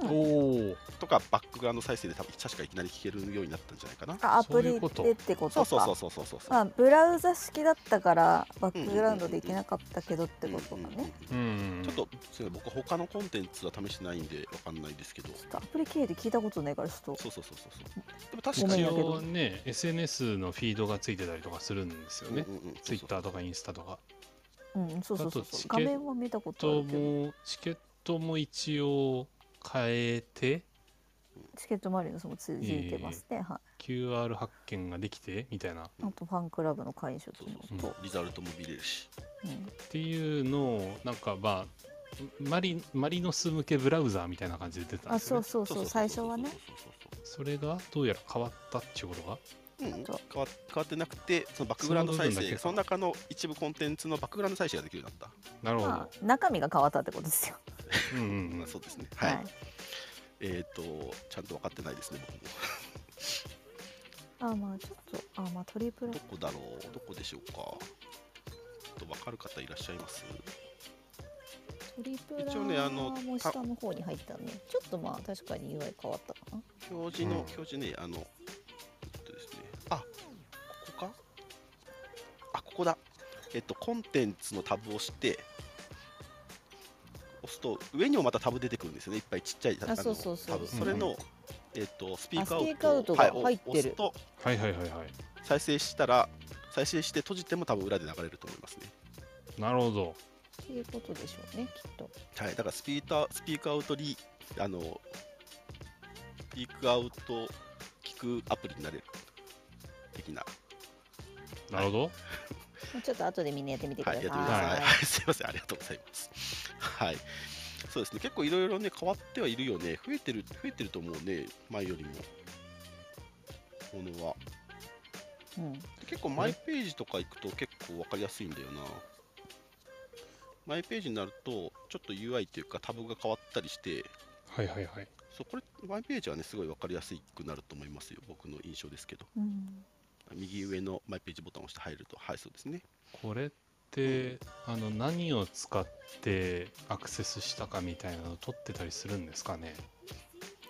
おお。とかバックグラウンド再生で多分確かいきなり聞けるようになったんじゃないかな。あアプそういリうことでってことそうかそうそうそうそうそうそう。まあブラウザ式だったからバックグラウンドできなかったけどってことかねううんうんん。うんちょっとすいません僕他のコンテンツは試してないんでわかんないですけどちょっとアプリ経由で聞いたことないからちょっとそうそうそうそうそうでも確ごかめんに一やけど応ね、SNS のフィードがついてたりとかするんですよね。うんうんうんそうそうツイッターとかインスタとか。うんそうそうそあうそうとチケット画面は見たことあとるけどもチケットも一応変えてチケットマリノスも続いてますね、はい QR 発見ができてみたいなっあとファンクラブの会社とそうそううんそう、リザルトも見れるし、うんていうのをなんかまあマリマリノス向けブラウザーみたいな感じで出たんあですそようねそうそう最初はねそうそうそうそそうれがどうやら変わったっていうことがうん、変ちょわっ変わってなくて、そのバックグラウンド再その部分だ生、けその中の一部コンテンツのバックグラウンド再生ができるようになっなるほど、まあ中身が変わったってことですようんうんた。うんまあそうですね。はい。えっ、と、ちゃんと分かってないですね、僕も。あまあちょっとあまあトリプルどこだろう、どこでしょうか。ちょっと分かる方いらっしゃいますトリプラ一応ねあのも下の方に入ったねちょっとまあ確かに UI 変わったかな表示の、うん表示ね、あの、えっとですね、あここかあ、ここだ。えっと、コンテンツのタブを押して、押すと、上にもまたタブ出てくるんですよね、いっぱいちっちゃいタあそうそうそうタブ。それの、えっと、スピーカーをあスピーカーアウトが入ってるはい、押すと、はいはいはいは再生したら、再生して閉じても多分裏で流れると思いますね。いなるほどっていうことでしょうねきっとはい、だからスピーカースピーカーアウトリーあのスピークアウト聞くアプリになれる的な、なるほど、まあちょっと後でみんなやってみてくだはい、さやっい、てみてください。はい、すいません、ありがとうございます。 はい、そうですね、結構いろいろね、変わってはいるよね、増えてる、増えてると思うね、前よりも。ものはうん結構マイページとか行くと結構わかりやすいんだよな。マイページになるとちょっと UI というかタブが変わったりしてはいはいはいそうこれワンページはねすごい分かりやすくなると思いますよ僕の印象ですけどうん右上のマイページボタンを押して入るとはいそうですねこれってあの何を使ってアクセスしたかみたいなのを取ってたりするんですかね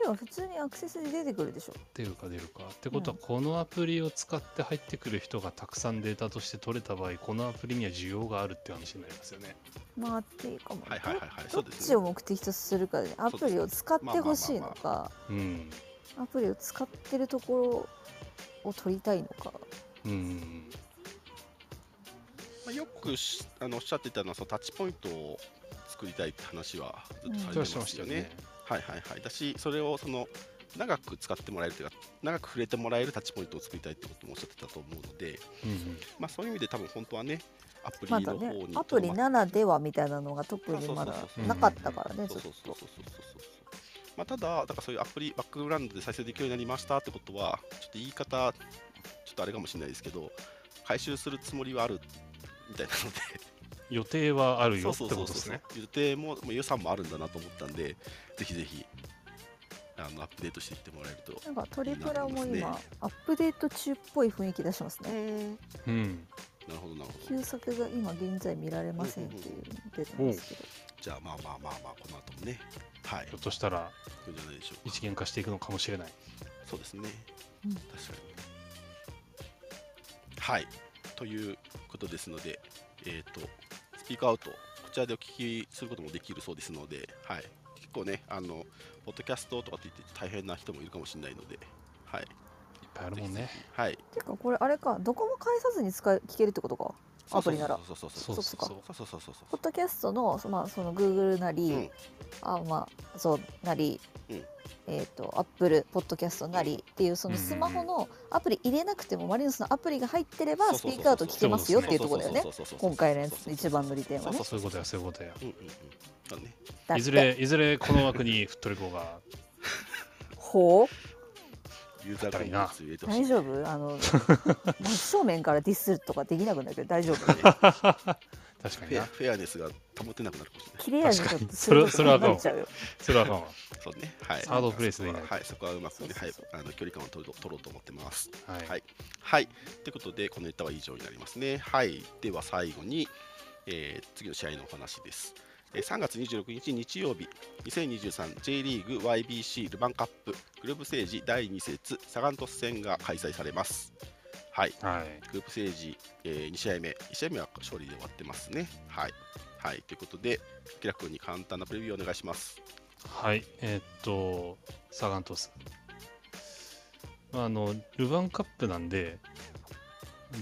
でも普通にアクセスで出てくるでしょ出るか出るかってことはこのアプリを使って入ってくる人がたくさんデータとして取れた場合このアプリには需要があるって話になりますよねまあっていうかも、はいはいはいはいどそっうですちをね目的とするかでアプリを使ってほしいのかうんアプリを使ってるところを取りたいのかうんまあ、よくしあのおっしゃってたのはそのタッチポイントを作りたいって話はずっとされそてうましてますしたよよねねはいはいはいだしそれをその長く使ってもらえるというか長く触れてもらえるタッチポイントを作りたいってこともおっしゃってたと思うので、うんうんまあ、そういう意味で多分本当はねアプリまのだ方ねにアプとリまならではみたいなのが特にまだなかったからねずそうっそうそとうそうそうそうそうまあ、ただ、だからそういうアプリ、バックグラウンドで再生できるようになりましたってことは、ちょっと言い方、ちょっとあれかもしれないですけど、回収するつもりはあるみたいなの予定はあるで、よってことですね。予定ももう予算もあるんだなと思ったんで、ぜひぜひあのアップデートしていってもらえると。なんかトリプラもいいなと思いま今すねアップデート中っぽい雰囲気出してますねんうんなるほど、なるほど旧。作が今現在見られませんっていうのが出てますけどじゃあ、まあまあまあまあ、この後もね、はい、ひょっとしたらいいんじゃないでしょうか。一元化していくのかもしれないそうですね、うん確かに。はい、ということですので、えっ、と、スピーカーアウト、こちらでお聞きすることもできるそうですので、はい、結構ね、あの、ポッドキャストとかって言って大変な人もいるかもしれないので、はい、いっぱいあるもんねぜひぜひ。はい、てかこれあれかどこも介さずに使え聞けるってことかアプリならそうそうそそううそそううそっかそうそうそうそうそうそポッドキャストの,、まあ、その Google なり、うんあまあそうなり、うんえっ、と Apple ポッドキャストなりっていうそのうんうんうんスマホのアプリ入れなくても、マリノスのアプリが入ってればそうスそうピそうそうーカーと聞けますよっていうところだよねそうそうそうそうそう今回のやつの一番の利点はねそうそういうことやそういうことやう。うんうんうん。だね。だっていずれいずれこの枠にふっとりこ がほユーザー硬コいンなテンツ入れてうほしい大。丈夫 あの真正面からディスるとかできなくなるけど大丈夫確かフにェアなフェアネスが保てなくなるかもしれない。切れ味がちょ確かっとにするそれはなっちゃうよそれはあかんわそうね、はい、サードプレイスでいいなはい、そこはうまくね、そはういそう、あの距離感を取ろう取ろうと思ってます。はい、はいはい、ということで、このネタは以上になりますね。はい、では最後に、えー次の試合のお話です。えー3月26日日曜日、2023J リーグ YBC ルヴァンカップグループステージ第2節サガン鳥栖戦が開催されます。はい、はいグループステージ、え2試合目、1試合目は勝利で終わってますね。はい、はい、ということで、キラ君に簡単なプレビューをお願いします。はい、えーっと、サガン鳥栖。まあ、あの、ルヴァンカップなんで、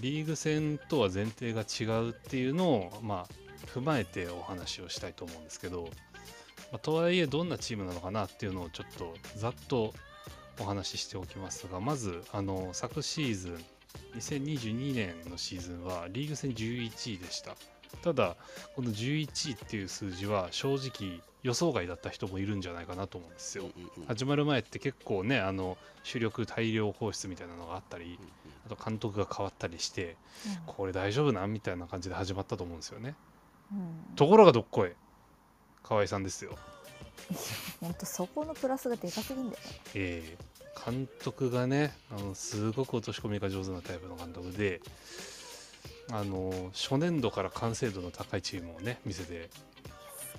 リーグ戦とは前提が違うっていうのを、まあ、踏まえてお話をしたいと思うんですけど、ままあとはいえどんなチームなのかなっていうのをちょっとざっとお話ししておきますがまずあの昨シーズン2022年のシーズンはリーグ戦11位でしたただこの11位っていう数字は正直予想外だった人もいるんじゃないかなと思うんですようんうんうん始まる前って結構ねあの主力大量放出みたいなのがあったりあと監督が変わったりしてこれ大丈夫なんみたいな感じで始まったと思うんですよねうん、ところがどっこい河合さんですよ本当そこのプラスがでかすぎんだよね。えー監督がねあのすごく落とし込みが上手なタイプの監督であの初年度から完成度の高いチームをね見せて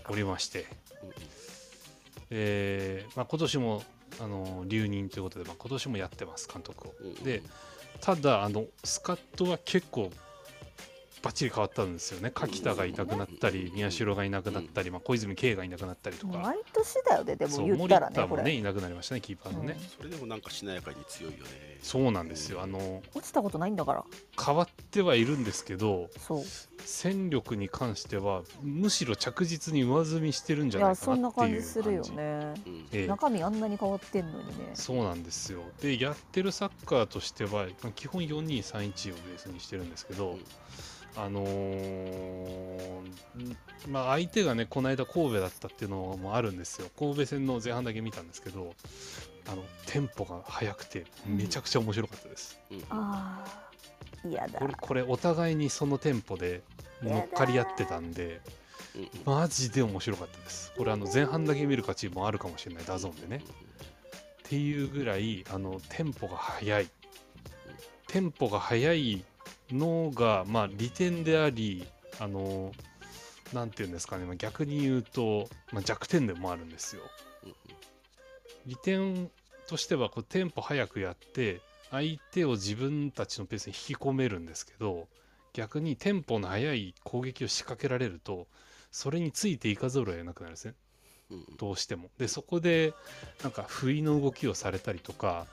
おりまして、うんうんえーまあ、今年もあの留任ということで、まあ、今年もやってます監督を。うんうんでただあのスカットは結構バッチリ変わったんですよね柿田がいなくなったり宮代がいなくなったり、まあ、小泉圭がいなくなったりとか。毎年だよね、でもそう言っ森たら田ね、こもれ、ねいなくなりましたねキーパーのね、それでもなんかしなやかに強いよね。そうなんですよあの落ちたことないんだから、変わってはいるんですけどそう。戦力に関してはむしろ着実に上積みしてるんじいゃなや、いそかんななっていう感じするよね。うんええ中身あんなに変わってんのにね。そうなんですよでやってるサッカーとしてはまあ基本4231をベースにしてるんですけど、うんあのーんまあ、相手がねこの間神戸だったっていうのもあるんですよ神戸戦の前半だけ見たんですけどあのテンポが速くてめちゃくちゃ面白かったです、うんああ、嫌だこ。れこれお互いにそのテンポで乗っかり合ってたんでうんうんマジで面白かったですこれあの前半だけ見る価値もあるかもしれないダゾーンでねっていうぐらいあのテンポが速いテンポが速いのが、まあ、利点でありあのなんていうんですかね、まあ、逆に言うと、まあ、弱点でもあるんですようんうん利点としてはこうテンポ速くやって相手を自分たちのペースに引き込めるんですけど逆にテンポの速い攻撃を仕掛けられるとそれについていかざるを得なくなるんですねうんうんどうしてもでそこでなんか不意の動きをされたりとか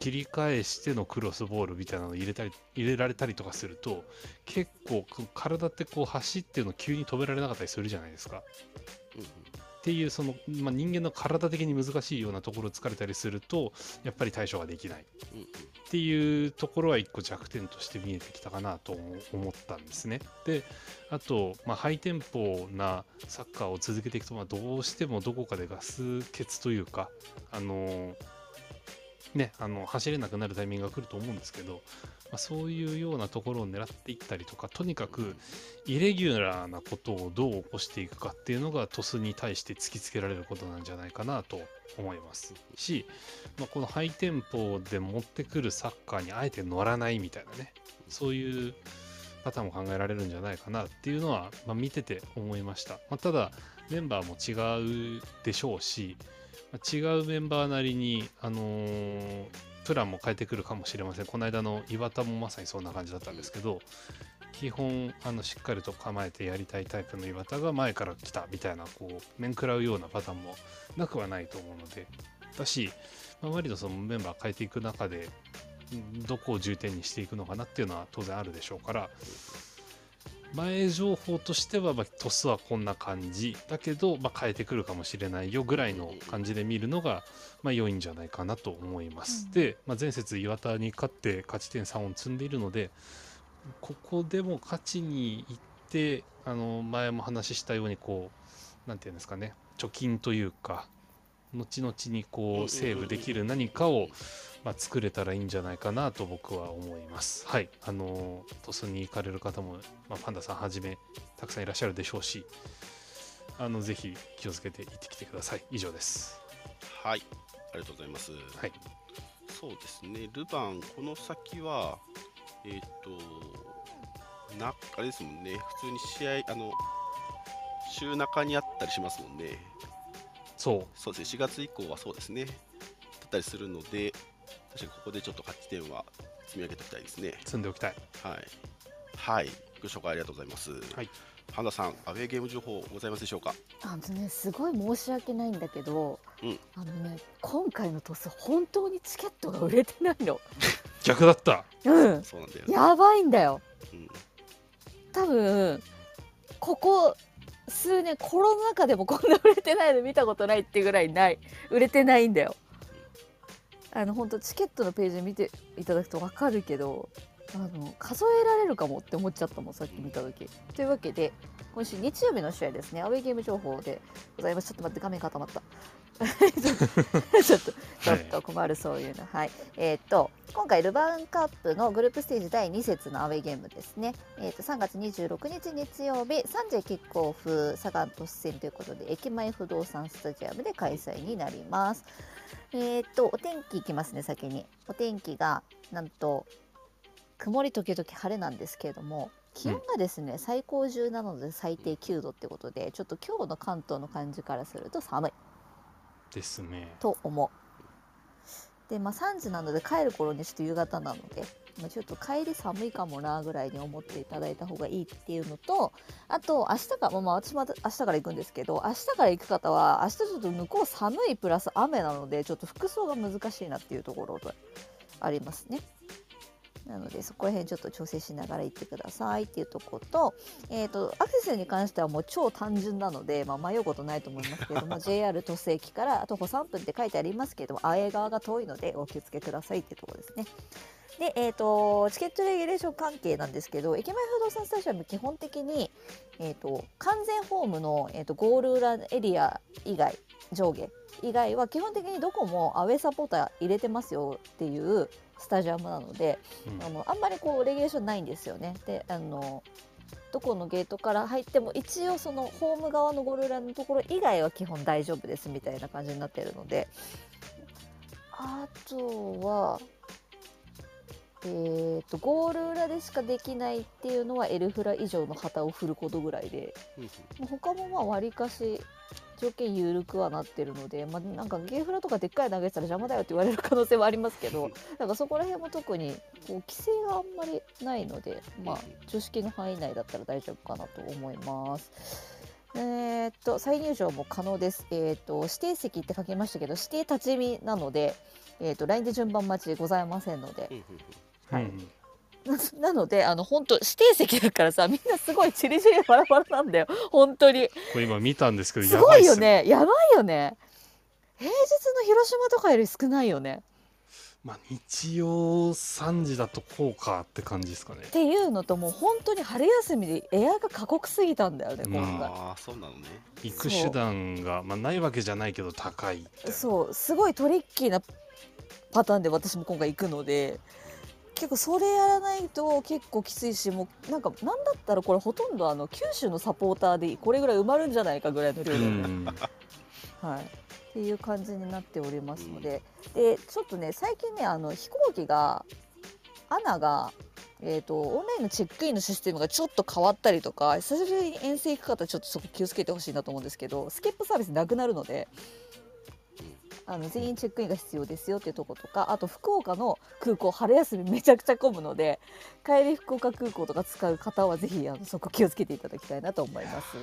切り返してのクロスボールみたいなのを入れたり入れられたりとかすると結構こう体ってこう走ってるの急に止められなかったりするじゃないですかうんっていうその、まあ、人間の体的に難しいようなところを疲れたりするとやっぱり対処ができないっうんうんていうところは一個弱点として見えてきたかなと思思ったんですね。であと、まあ、ハイテンポなサッカーを続けていくと、まあ、どうしてもどこかでガス欠というかあのね、あの走れなくなるタイミングが来ると思うんですけど、まあ、そういうようなところを狙っていったりとかとにかくイレギュラーなことをどう起こしていくかっていうのがトスに対して突きつけられることなんじゃないかなと思いますし、まあ、このハイテンポで持ってくるサッカーにあえて乗らないみたいなねそういうパターンも考えられるんじゃないかなっていうのは、まあ、見てて思いました、まあ、ただメンバーも違うでしょうしまあ違うメンバーなりに、あのープランも変えてくるかもしれませんこの間の岩田もまさにそんな感じだったんですけど、基本あのしっかりと構えてやりたいタイプの岩田が前から来たみたいなこう面食らうようなパターンもなくはないと思うのでだし、まあ、割とそのメンバー変えていく中でんどこを重点にしていくのかなっていうのは当然あるでしょうから前情報としては、まあ、トスはこんな感じだけど、まあ、変えてくるかもしれないよぐらいの感じで見るのが、まあ、良いんじゃないかなと思います。うんで、まあ、前節岩田に勝って勝ち点3を積んでいるのでここでも勝ちに行ってあの前も話したようにこうなんていうんですかね貯金というか後々にうんうんうんこうんうセーブできる何かを、まあ、作れたらいいんじゃないかなと僕は思います。はい、あのートスに行かれる方も、まあ、パンダさんはじめたくさんいらっしゃるでしょうしあのぜひ気をつけて行ってきてください。以上です。はい、ありがとうございます。はい、そうですね、ルヴァン、この先は、えーっ、と、なあれですもんね、普通に試合、あの、週中にあったりしますもんね。そうそうですね、4月以降はそうですね、だったりするので、確かにここでちょっと勝ち点は積み上げておきたいですね。積んでおきたい。はい。はい。ご紹介ありがとうございます。はい。ハンダさん、アウェーゲーム情報ございますでしょうか。あのね、すごい申し訳ないんだけど、うんあのね、今回のトス、本当にチケットが売れてないの。逆だった。うん、そうなんだよね。やばいんだよ。うん多分ここ数年コロナ禍でもこんな売れてないの見たことないってぐらいない売れてないんだよあの本当チケットのページ見ていただくと分かるけどあの数えられるかもって思っちゃったもんさっき見た時というわけで今週日曜日の試合ですねアウェイゲーム情報でございますちょっと待って画面固まった ちょっとちょっと困るそういうのはい、えーっと今回ルヴァンカップのグループステージ第2節のアウェイゲームですね、えーっと3月26日日曜日3時キックオフサガン都市戦ということで駅前不動産スタジアムで開催になりますえーっとお天気いきますね先にお天気がなんと曇り時々晴れなんですけれども気温がですね、最高17度で最低9度ってことでちょっと今日の関東の感じからすると寒いですね。と思うでまあ3時なので帰る頃にちょっと夕方なので、まあ、ちょっと帰り寒いかもなぐらいに思っていただいた方がいいっていうのとあと明日か、まあ、まあ私また明日から行くんですけど明日から行く方は明日ちょっと向こう寒いプラス雨なのでちょっと服装が難しいなっていうところがありますね。なのでそこら辺ちょっと調整しながら行ってくださいっていうとこと,、えー、とアクセスに関してはもう超単純なので、まあ、迷うことないと思いますけれども JR 鳥栖駅から徒歩3分って書いてありますけれどもあえ側が遠いのでお気をつけくださいっていうところですね。で、えー、とチケットレギュレーション関係なんですけど駅前不動産スタジアム基本的に、えー、と完全ホームの、えー、とゴール裏エリア以外上下以外は基本的にどこもアウェーサポーター入れてますよっていうスタジアムなので、うんあのあんまりこうレギュレーションないんですよね。であのどこのゲートから入っても一応そのホーム側のゴールラインのところ以外は基本大丈夫ですみたいな感じになってるのであとは、えー、とゴール裏でしかできないっていうのはエルフラ以上の旗を振ることぐらいでうんうんまあ他もまあ割かし条件緩くはなってるので、まあ、なんかゲーフラとかでっかい投げてたら邪魔だよって言われる可能性はありますけどなんかそこら辺も特にこう規制があんまりないので、まあ、常識の範囲内だったら大丈夫かなと思います。えーっと再入場も可能です、えーっと指定席って書きましたけど指定立ち見なので、えーっと LINE で順番待ちでございませんのでうんうんうんはいうんな なのであの本当指定席だからさみんなすごいチリチリバラバラなんだよ本当にこれ今見たんですけど、すやごばいっよす。ねやばいよね平日の広島とかより少ないよねまあ、日曜3時だとこうかって感じですかね。っていうのともう本当に春休みでエアが過酷すぎたんだよねうん今回、ああそうなのね行く手段が、まあ、ないわけじゃないけど高いみたいなそうすごいトリッキーなパターンで私も今回行くので結構それやらないと結構きついしもうなんかなんだったらこれほとんどあの九州のサポーターでこれぐらい埋まるんじゃないかぐらいの量だうよね、ん、はい、っていう感じになっておりますので、でちょっとね最近ねあの飛行機がアナが、えー、とオンラインのチェックインのシステムがちょっと変わったりとか久しぶりに遠征行く方ちょっとそこ気をつけてほしいなと思うんですけどスキップサービスなくなるので。あの全員チェックインが必要ですよっていうとことかあと福岡の空港春休みめちゃくちゃ混むので帰り福岡空港とか使う方はぜひあのそこ気をつけていただきたいなと思います。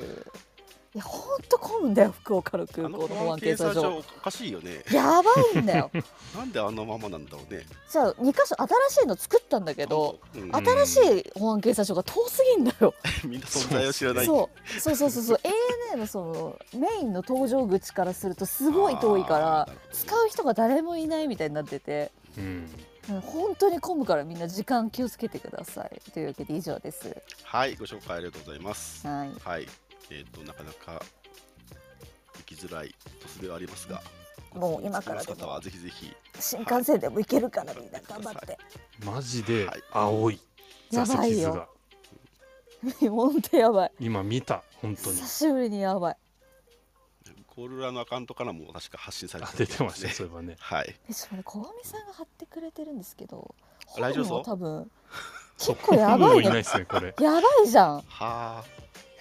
いやほんと混むんだよ福岡の空あの港のこ保の安検検査査場場おかしいよねやばいんだよなんであのままなんだろうねじゃあ2箇所新しいの作ったんだけど、うんあ新しい保安検査所が遠すぎんだよみんな存在を知らないそうそうそうそうそう ANA のそのメインの搭乗口からするとすごい遠いからあー使う人が誰もいないみたいになっててうん、うん本当に混むからみんな時間気をつけてくださいというわけで以上ですはいご紹介ありがとうございますはいはいえっ、となかなか行きづらいとすではありますがもう今からおで近くの方もはぜひぜひ新幹線でも行けるからみんな頑張ってマジではい青い座席図やばいがよ 本当やばい今見た本当に久しぶりにやばいコールラのアカウントからも確か発信されあ出てるてましたみたいでそうすねいえばねはいえちょっとね、小上さんが貼ってくれてるんですけど、来場層本も多分 結構やばもいういないね。ですねこれやばいじゃん。はあ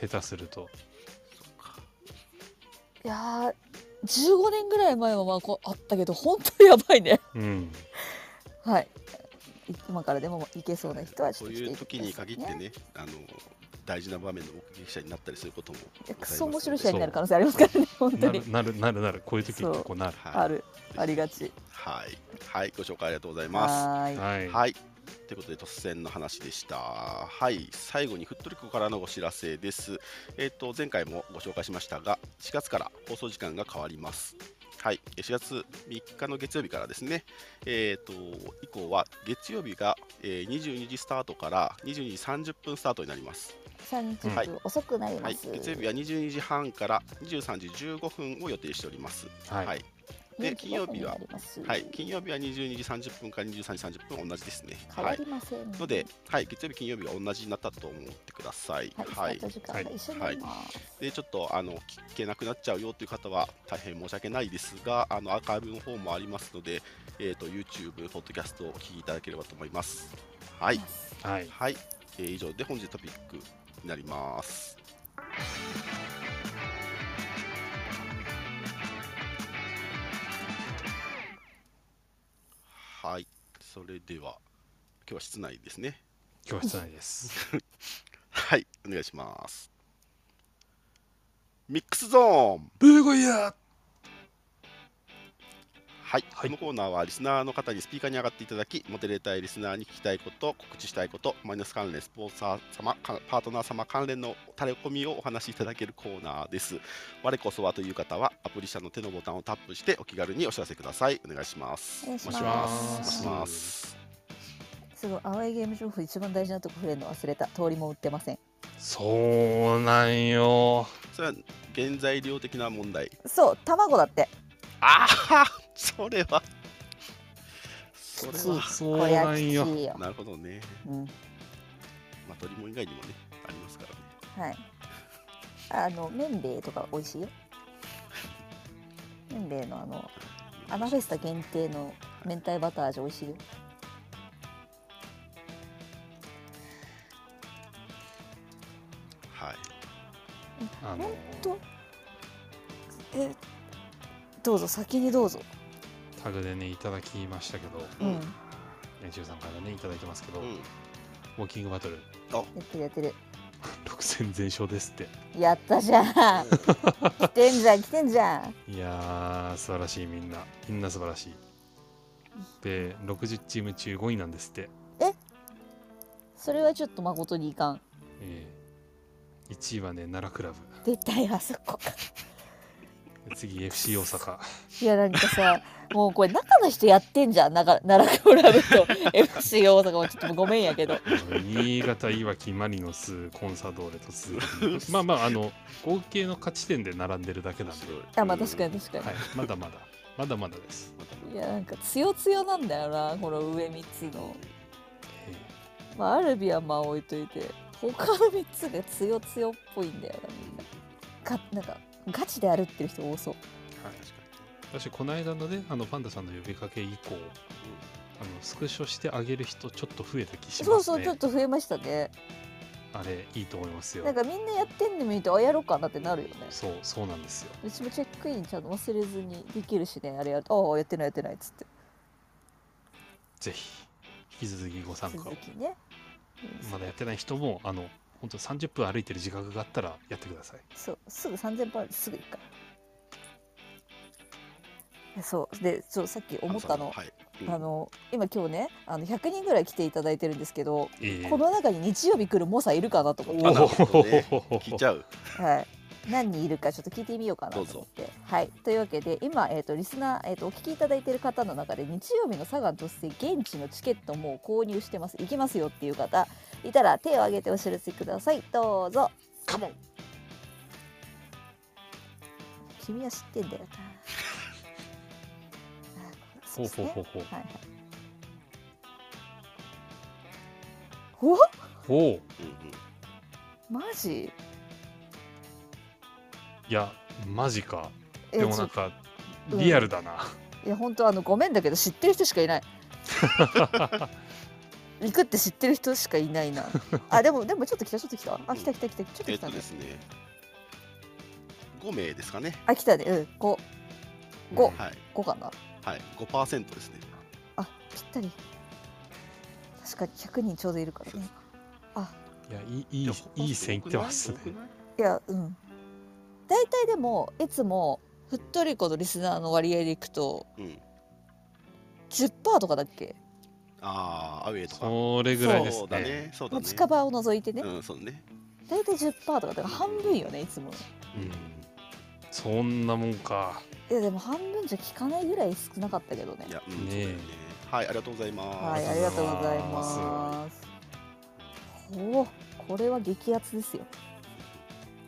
下手するとそっかいやー、15年ぐらい前はまあこうあったけど、本当にやばいね。 うんはい。今からでも行けそうな人はちこょっうと来ていういただきたい時に限っでてすね。ねあの大事な場面の目撃者になったりすることもいやクソ面白い試合そうになる可能性ありますからね、本当なにる。なるなるなるこういう時ってこうなるはいある、ありがち。はい、はい、ご紹介ありがとうございます。はーい。はい、はい、ということで突然の話でした。はい、最後にフットリックからのお知らせです。えっ、と前回もご紹介しましたが、4月から放送時間が変わります。はい、4月3日の月曜日からですね。えっ、と以降は月曜日が、えー22時スタートから22時30分スタートになります。三日はい遅くなりはまい、す。月曜日は22時半から23時15分を予定しております。はいはいで金曜日は25分になりますはい、金曜日は22時30分から23時30分同じですね。変わはい。りませんので、はい、月曜日、金曜日が同じになったと思ってください。はい、スタはいー。ト時間が一緒になります。で、ちょっとあの聞けなくなっちゃうよという方は大変申し訳ないですが、あのアーカイブの方もありますので、えっ、と YouTube、ポッドキャストをお聞きいただければと思います。はい、はい。はい、えー以上で本日のトピックになります。はい、それでは今日は室内ですね。今日は室内です。はい、お願いします。ミックスゾーンブーゴイヤーはい、はいこのコーナーはリスナーの方にスピーカーに上がっていただきモデレーターやリスナーに聞きたいこと告知したいことマイナス関連スポンサー様かパートナー様関連のタレコミをお話しいただけるコーナーです我こそはという方はアプリ社の手のボタンをタップしてお気軽にお知らせくださいお願いしますお願いしますお願いしお願いしまますすすごい、青いゲーム情報一番大事なとこ触れるの忘れた。通りも売ってません。そうなんよ。それは原材料的な問題そう、卵だって。ああそれはそれそうはそうこりゃなきつんいよ。よ。なるほどねうん、まあ鶏も以外にもねありますからねはい。あの、麺べいとか美味しいよ。麺べいのあの、アナフェスタ限定の明太バター味美味しいよ。はいあほんのとえ、どうぞ、先にどうぞ。タグでねいただきましたけど、うん、うんや練習さんからねいただいてますけど、うウんォーキングバトルってるやってる。 6戦全勝ですって。やったじ ゃん。来てんじゃん、来てんじゃん。いやー素晴らしいみんなみんな素晴らしい。で60チーム中5位なんですって。それはちょっと誠にいかん。えー、1位はね奈良クラ出たよ、あそこか。ブ。次 FC 大阪。いやなんかさもうこれ中の人やってんじゃん中奈良クラブ と FC 大阪はちょっとごめんやけど新潟、いわき、マリノス、コンサドーレと続いてまあまあ、あの合計の勝ち点で並んでるだけなんで、はい、あまあ確かに確かに、まだまだ、まだまだです。い、やなんか強強なんだよなこの上3つの、えまあ、アルビはまあ置いといて他の3つが強強っぽいんだよなみんなかなんかガチで歩ってる人多そうーはい、私、この間のね、あのパンダさんの呼びかけ以降、あのスクショしてあげる人、ちょっと増えた気しますね。そうそうちょっと増えましたねあれ、いいと思いますよなん。かみんなやってんの見るとあやろうかなってなるよねそう、そうなんですよ。うちもチェックインちゃんと忘れずにできるしねあれやああやってないやってないっつってぜひ、引き続きご参加を続。きねうんまだやってない人も、あの本当30分歩いてる自覚があったらやってください。そうすぐ3000パーすぐ行くからえそうでそうさっき思ったのはいあの今今日ねあの100人ぐらい来ていただいてるんですけど、えこの中に日曜日来る猛者いるかなと思っおて、あなるほどねー聞いちゃう。はい、何人いるかちょっと聞いてみようかなとど思うっぞて。はい、というわけで今、えー、とリスナー、えー、とお聞きいただいている方の中で日曜日の佐賀として現地のチケットもう購入してます行きますよっていう方いたら手を挙げてお知らせくださいどうぞカモン。君は知ってんだよなあそほうですほうねほうほう。はいはい。おほう。うんうん。マジいや、マジか。えでもちなょんか、うんリアルだ な。いや本当あのごめんだけど知ってる人しかいない行くって知ってる人しかいな いなあでもでもちょっと来たちょっと来たあ来た来た来たちょっとえっ来たとねですね。五名ですかね。あ来たねうん5五うんはい五かなはい。五パーセントですね。あぴったり確かに100人ちょうどいるからねいや、いい、いい、いい線いってますね。いやうん大体でもいつもふっとりこのリスナーの割合でいくとうん。 10%とかだっけああ、アウェーとか。それぐらいですそうだね。ね。そうだもうね。近場を除いてね、うん、そうね。大体10%とかだから半分よねいつもうん、そんなもんか。いやでも半分じゃ効かないぐらい少なかったけどねいや、うん、ねそうだえよね。はい、ありがとうございます。はいありがとうございますおおこれは激アツですよ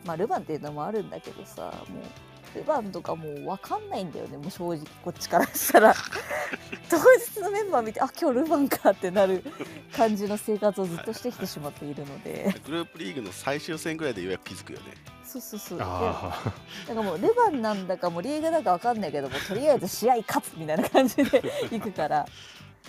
まあルヴァンっていうのもあるんだけどさもうルヴァンとかもう分かんないんだよねもう正直こっちからした ら当日のメンバー見てあ今日ルヴァンかってなる感じの生活をずっとしてきてしまっているのでグループリーグの最終戦ぐらいでようやく気づくよね。そうそうそうでああ、なんかもうルヴァンなんだかもうリーグだか分かんないけどもとりあえず試合勝つみたいな感じで行 くから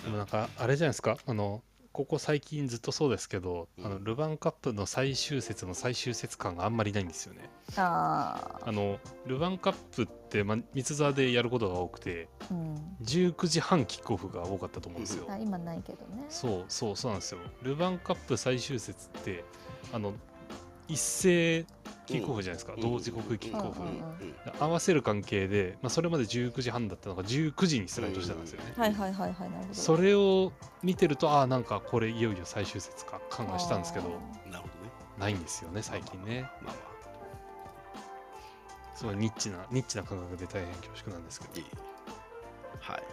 でもなんかあれじゃないですかあのここ最近ずっとそうですけど、うんあのルヴァンカップの最終節の最終節感があんまりないんですよねああのルヴァンカップって、まあ、三ツ沢でやることが多くてー、うん、 19時半キックオフが多かったと思うんですよ、あ今ないけどねそうそうそうなんですよルヴァンカップ最終節ってあの一斉キックオフじゃないですか、同時刻キックオフ、うんうん合わせる関係で、まあ、それまで19時半だったのが19時にスライドしてたんですよね、はいはいはいはいなるほどそれを見てるとああなんかこれいよいよ最終節か感がしたんですけどうんなるほどね。ないんですよね最近ねまあまあすごいニッチなニッチな感覚で大変恐縮なんですけどいいはい。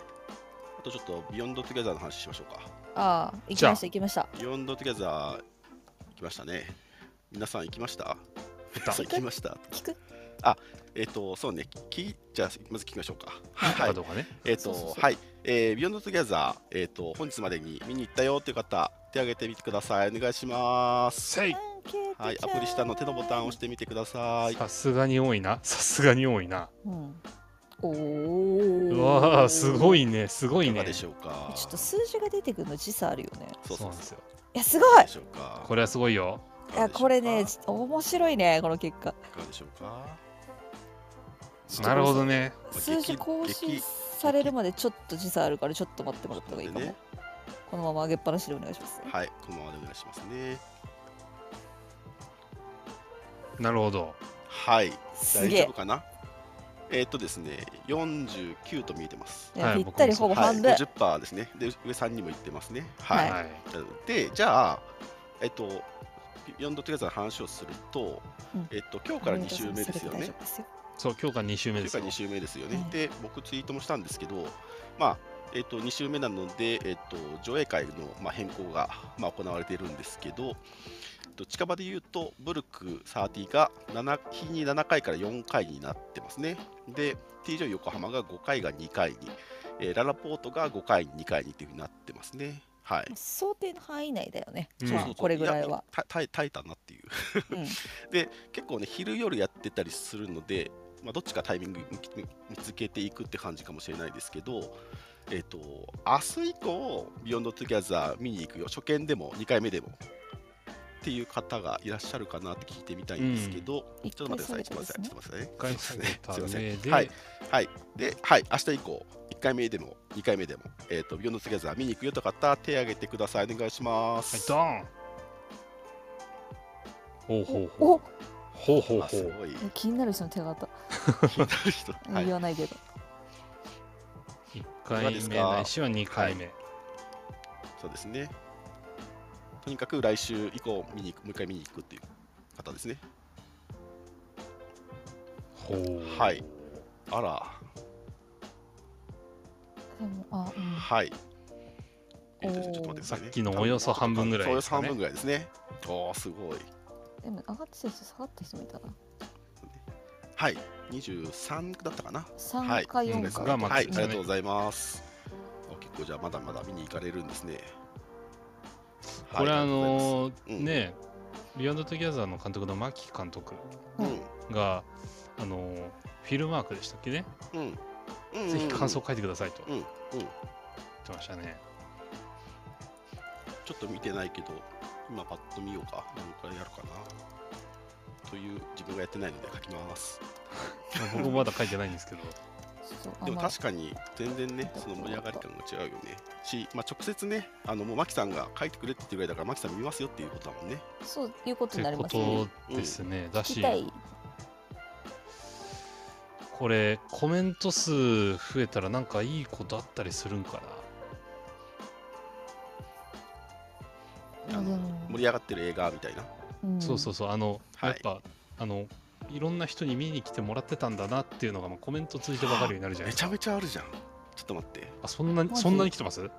あとちょっとビヨンドトゥギャザーの話しましょうか。ああ行きました行きましたビヨンドトゥギャザー行きましたね。皆さん行きました皆さん行きました聞くえっ、と、そうね、きじゃあまず聞きましょうか。かはいど。うかねえっ、そうそうそと、うはい。えー、ビヨンドトゥギャザー、えっ、と、本日までに見に行ったよっていう方、手挙げてみてください。お願いします。せいはい、アプリ下の手のボタンを押してみてください。さすがに多いなさすがに多いなうんおおうわあすごいいねすごいいかがねでしょうか。ちょっと数字が出てくるの時差あるよねそそううそうなんそうですよいやすごいかがいでしょうか。これはすごいよいいやこれねいちょっと面白いねこの結果かがでしょうか。なるほどね数字更新されるまでちょっと時差あるからちょっと待ってもらった方がいいかも、ねこのまま上げっぱなしでお願いしますはい、このままでお願いしますね。なるほどはい、すげ大丈え夫かな。えっとですね、49と見えてます。いやはいぴったりほぼはい、半分、 50%ですね。で、上さんにも行ってますね。はい。はいで、じゃあ、えっと、4度トゥゲザーの話をすると、うんえっと、今日から2週目ですよね。そう今日が2週目今で日すかよら2週目ですよね。うんで、僕ツイートもしたんですけど、まあ、えっと、2週目なので、えっと、上映会の、まあ、変更が、まあ、行われているんですけど、えっと近場で言うと、ブルク30が7日に7回から4回になってますね。で、TJ 横浜が5回が2回に、えーララポートが5回に2回にっていうふうになってますね。はい。想定の範囲内だよね、うんまそあうそうこれぐらいやはた耐え耐えたなっていううん結構ね昼夜やってたりするので、まあ、どっちかタイミング見見見つけていくって感じかもしれないですけどえっ、と明日以降「ビヨンドトゥギャザー見に行くよ初見でも2回目でもっていう方がいらっしゃるかなって聞いてみたいんですけど、うん ちょっと待ってください一ちょっと回待ってくださいちょっ回と下げた待ってくださいすいません上で、はいはい、で、はい、明日以降、1回目でも2回目でも、えっ、と、ビヨンドトゥギャザー見に行くよとか方、手挙げてください。お願いします。はい、ドーンほうほうほおう。ほうほうあほすう。ごい。気になる人の手形、気になる人。はい言わないけど1いかが回です目かないしは2回目。そうですね。とにかく来週以降見に行く、もう一回見に行くっていう方ですね。ほう。はい。あら、でもあ、うん、はい。えっとおーちょっと待ってくださいねさっきのおよそ半分ぐらいおでよすそか半ね分ぐらいですね。おー、すごい。でも上がってた人下がった人もいたなはい、23だったかな。はい3か4そか、うですがまあはい、ありちなみにがとうございます。あ結構じゃあまだまだ見に行かれるんですね。これあー、のりがとうございますーうんね、ビヨンドトゥギャザーの監督の牧監督うが、あのーフィルマークでしたっけね、ん、うん、うんぜひ感想書いてくださいとうん、言うん、ちってましたね。ょっと見てないけど、今パッと見ようか。何くらいやるかな。という自分がやってないので書きます。まあ僕もまだ書いてないんです けど、ちょっとあでもまあ確かに全然ね、その盛り上がり感が違うよね。し、まあ、直接ね、あのもうマキさんが書いてくれって言ってくれたから、マキさん見ますよっていうことだもんね。そういうこととにないりうまこすねとですね。だ聞き、したいこれ、コメント数増えたらなんかいいことあったりするんかな。あのでも盛り上がってる映画みたいなうんそうそうそうあの、はいやっぱあのいろんな人に見に来てもらってたんだなっていうのが、まあ、コメント通じて分かるようになるじゃないめでちすゃかめちゃあるじゃんちょっと待ってあそんなにマジそんなに来てますやっ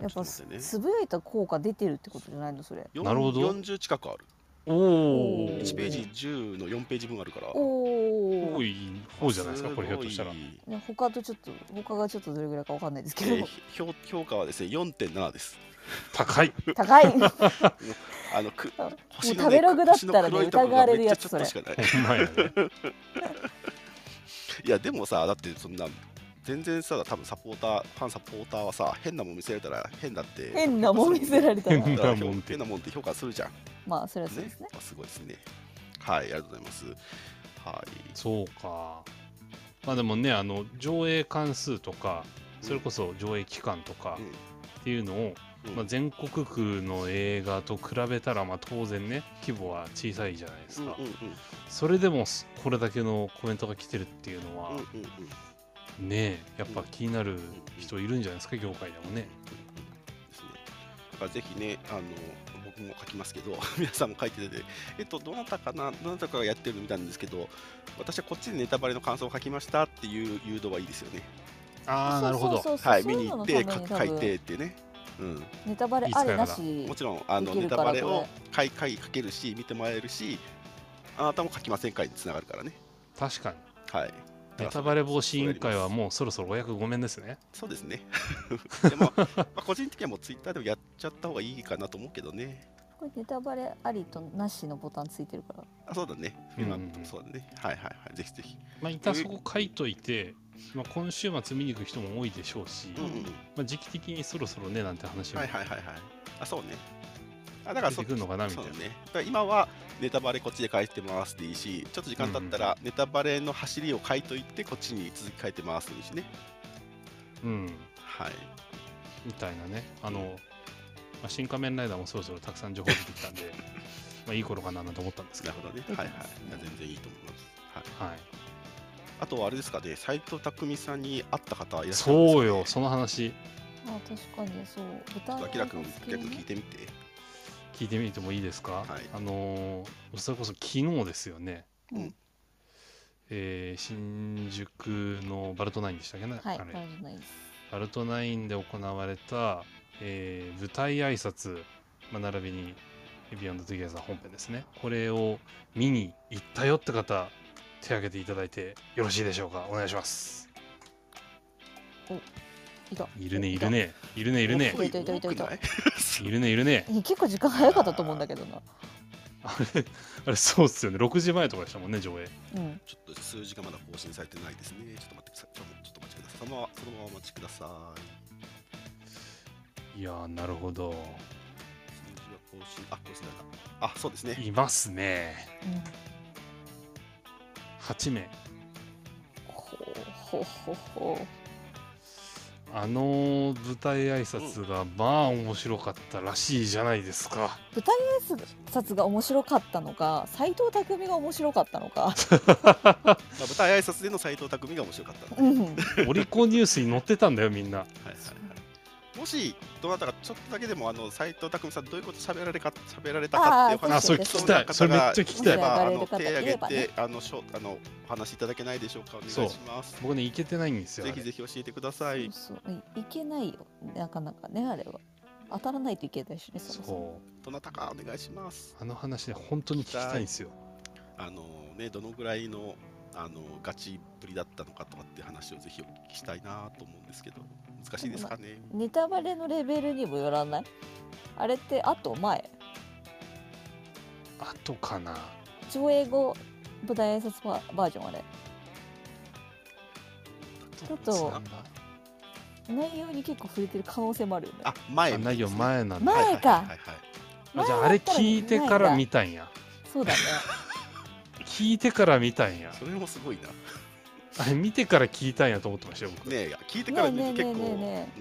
ぱちょっと待ってねつぶやいた効果出てるってことじゃないのそれよんなるほど40近くあるおおおー1ページ10の4ページ分あるからおお多い方じゃないですかこれひょっとしたらすごいね、他とちょっと他がちょっとどれぐらいかわかんないですけど、えー評評価はですね4.7です高い高 いもうあのくあ星食べログだったらね星の黒いとこ疑われるやつがそれめっちゃちょっとしかないほんまやねいやでもさだってそんな全然さ多分サポーターファンサポーターはさ変なもん見せられたら変だって変なもん見せられたら変だからなもんっ評て変なもんって評価するじゃんまあそれはそうねですねあすごいですねはいありがとうございますはい そうかまあでもねあの上映関数とかそれこそ上映期間とかうんっていうのを、うんまあ、全国区の映画と比べたらまあ当然ね規模は小さいじゃないですか、うんうんうんそれでもすこれだけのコメントが来てるっていうのは、うんうんうんねえやっぱ気になる人いるんじゃないですか業界でもねですねだからぜひねあの僕も書きますけど 皆さんも書いててえっとどなたかなどなたかがやってるの見たんですけど私はこっちでネタバレの感想を書きましたっていう誘導はいいですよねああなるほどそうそうそうはいそう見いにう行のっのためてにか多書いて分ってねうんネタバレありなしもちろんあのできネるタからバレをこ書い書い書けるし見てもらえるしあなたも書きませんかいにつながるからね確かにはいネタバレ防止委員会はもうそろそろお役ごめんですねそうですね でも、まあ、個人的にはもうツイッターでもやっちゃった方がいいかなと思うけどねこれネタバレありとなしのボタンついてるからあそうだね、うんまあそうだねはいはいはいぜひぜひまあ一旦そこ書いといて、まあ、今週末見に行く人も多いでしょうし、うんうんうんまあ、時期的にそろそろねなんて話もはいはいはいはいあそうねあだから出そてくるのかなみたそいうなだねだから今はネタバレこっちで書いてますでいいしちょっと時間経ったらネタバレの走りを書いといてこっちに続き書いてますでいいしねうんはいみたいなねあの、まあ、新仮面ライダーもそろそろたくさん情報出てきたんで まあいい頃かなと思ったんですけなどるほどね。できはいはい。ますねいや全然いいと思います。はい。はいあとはあれですかね、斎藤匠さんに会った方いらっしゃるんですか、ね。そうよその話あ確かにそうちょっと豚アキラ君逆に聞いてみて。聞いてみてもいいですか、はいあのーそれこそ昨日ですよね、うんえー新宿のバルトナインでしたっけね、はいあバれルトナインですバルトナインで行われた、えー舞台挨拶、まあ、並びに「ビヨンド・トゥギャザー」本編ですねこれを見に行ったよって方手挙げていただいてよろしいでしょうかお願いしますいたいるねいるねいるねいるね多いたいたいたいた多くないいるねいるねえ結構時間早かったと思うんだけどなあれあれそうっすよね6時前とかでしたもんね上映うんちょっと数字がまだ更新されてないですね。ちょっと待ってください。ちょちょっとお待ちください。そのままそのままお待ちください。いやーなるほど数字が更新、あ、更新された。あ、そうですね。いますね8名ほほほほあの舞台挨拶がまあ面白かったらしいじゃないです か舞台挨拶が面白かったのか斎藤匠が面白かったのかまあ、舞台挨拶での斎藤匠が面白かったので。うはいんオリコンニュースに載ってたんだよみんなはいはい。もしどなたかちょっとだけでもあの斎藤匠さんどういうこと喋られか喋られたかっていうお話あをそれ聞きたいそれめっちゃ聞きたいそうまああ上のが手れる方挙いげればねてあのしょあのお話しいただけないでしょうかお願いしそうます。僕ね行けてないんですよぜひぜひ教えてください。そうそういいけないよなかなかねあれは当たらないといけないしねあれそもそもそうどなたかお願いします。あの話ね本当に聞きたいんですよあのねどのぐらいのあのガチぶりだったのかとかって話をぜひお聞きしたいなと思うんですけど難しいですかね。ネタバレのレベルにもよらないあれってあと前あとかな上映後舞台挨拶ババージョンあれちょっとなんだ内容に結構触れてる可能性もあるよねあ前あ内容前なんだ前かはいはいはいはいあじゃああれ聞いてから見たんやそうだ ね聞いてから見たんやそれもすごいな。あれ見てから聞いたんやと思ってましたよ僕ねえ聞いてから見ねえねる結えねえ構。ね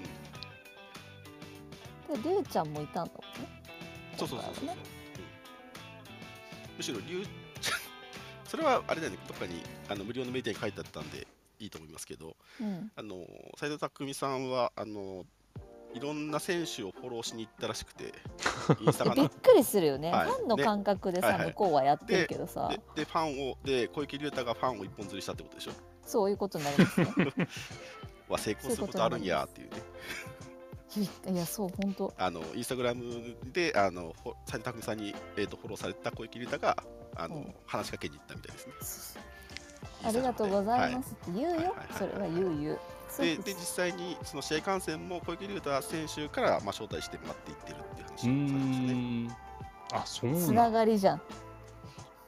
うんでりゅうちゃんもいたんだもんねそうそうそうそうそう、だうんかむしろ流 それはあれだよねどっかにあの無料のメディアに書いてあったんでいいと思いますけどらねあの斉藤匠さんはあのいろんな選手をフォローしに行ったら しくて、インスタかびなっ。くりするよね、はいファンの感覚でさ、ねはいはい向こうはやってるけどさ、で、でファンを、で、小池龍太がファンを一本釣りしたってことでしょ。そういうことになりますね は成功することあるんやっていうね。いやそう本当あのインスタグラムで、あの、ほ斉藤匠さんに、えっ、と、フォローされた小池龍太が、あの、うん話しかけに行ったみたいですね。ありがとうございはますって言うはいはいよはいはいそれは言う言うそうででです実際にその試合観戦も小池龍太選手からまあ招待してもらっていってるっていう話をうさーれてますね。ん。あ、そうつな。なんがりじゃんだ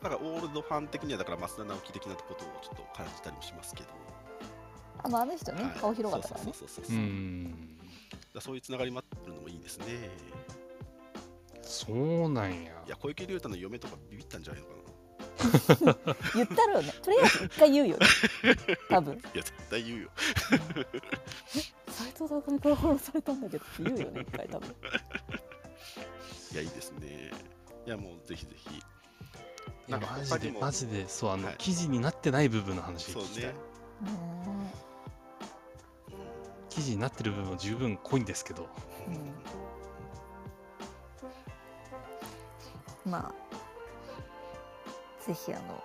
からオールドファン的にはだから増田直樹的なことをちょっと感じたりもしますけど。あ,、まあ、あの人ね、はい顔広かったからねそうそうそううそうそう。ん。だからそういうつながりもあるのもいいですね。そうなんやい。や小池龍太の嫁とかビビったんじゃないのかな。言ったろうねとりあえず一回言うよ ね多分いや絶対言うよ。斎藤匠からフォローされたんだけどって言うよね一回多分いやいいですね。いやもうぜひぜひ。いやなんかマ他ジにでもマジでそうあの、はい記事になってない部分の話そう聞きたい、ね。ね記事になってる部分も十分濃いんですけどえうんまあぜひあの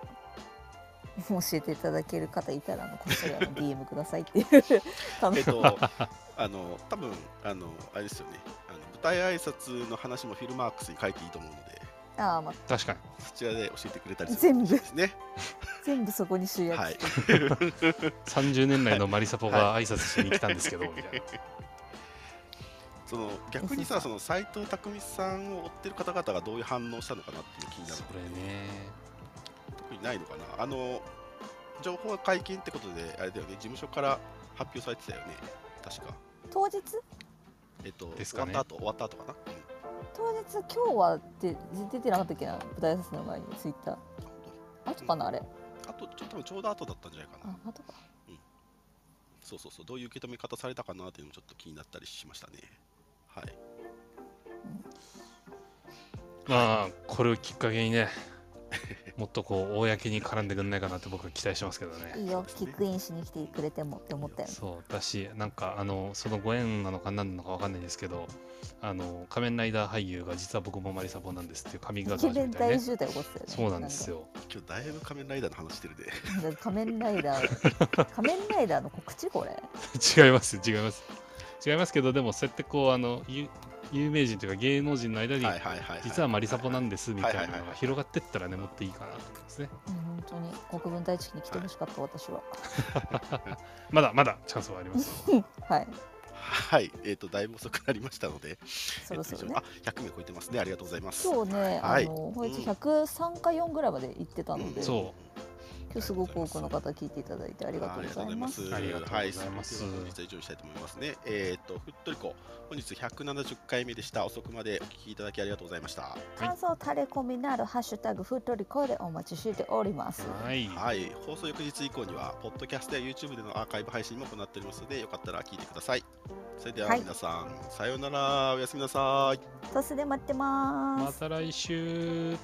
教えていただける方いたらあのこっそりあ の DM くださいっていう楽えし っとあの多分あのあれですよね。あの舞台挨拶の話もフィルマークスに書いていいと思うので。ああまあ確かにそちらで教えてくれたりする全部ですね。全部そこに集約はい。 30年来のマリサポが挨拶しに来たんですけど、みたいなその逆にそうさ、そその斎藤匠さんを追ってる方々がどういう反応したのかなっていうの気になるそ。れね特にないのかな。あの情報解禁ってことであれだよね。事務所から発表されてたよね。確か。当日えっと、ですか終わっねた後終わった後かな。うん当日今日はって出てなかったっけな舞台挨拶の前にツイッターあとかなあれあとちょっと多分ちょうど後だったんじゃないかなあ。あとかそうそうそう。どういう受け止め方されたかなっていうのもちょっと気になったりしましたね。はい。まあこれをきっかけにねもっとこう公に絡んでくんないかなって僕は期待してますけどねいいよキックインしに来てくれてもって思ったよねそうだしなんかあのそのご縁なのか何なのかわかんないですけどあの仮面ライダー俳優が実は僕もマリサポなんですっていう髪イ型ケを始メめンたり大ね10代起こってたよねそうなんですよ今日だいぶ仮面ライダーの話し てるで。なんか仮面ライダー仮面ライダーの告知これ違います違います違いますけどでもそうやってこうあのゆ有名人というか芸能人の間にはいはいはいい。実はマリサポなんですみたいはいなはのいはいがはい広がってったらねもっといいかなと思いますねうん本当に国分太一に来てほしかった私は まだまだチャンスはありますはいはい、えっ、と、だいぶ遅くなりましたので、そろそろえねーと以上あ、100名超えてますね、ありがとうございます。今日ね、はいあのこいつ103か4ぐらいまで行ってたので、うんそう今日すごく多くの方聞いていただいてありがとうございます。ありがとうございますは本日は以上にしたいと思いますね。えっ、と、ふっとりこ、本日170回目でした。遅くまでお聞きいただきありがとうございました。感想、タレコミなるハッシュタグふっとりこでお待ちしております。はいはい、放送翌日以降には、ポッドキャストや YouTube でのアーカイブ配信も行っておりますので、よかったら聞いてください。それでははい皆さん、さようなら、おやすみなさい。トスで待ってます。また来週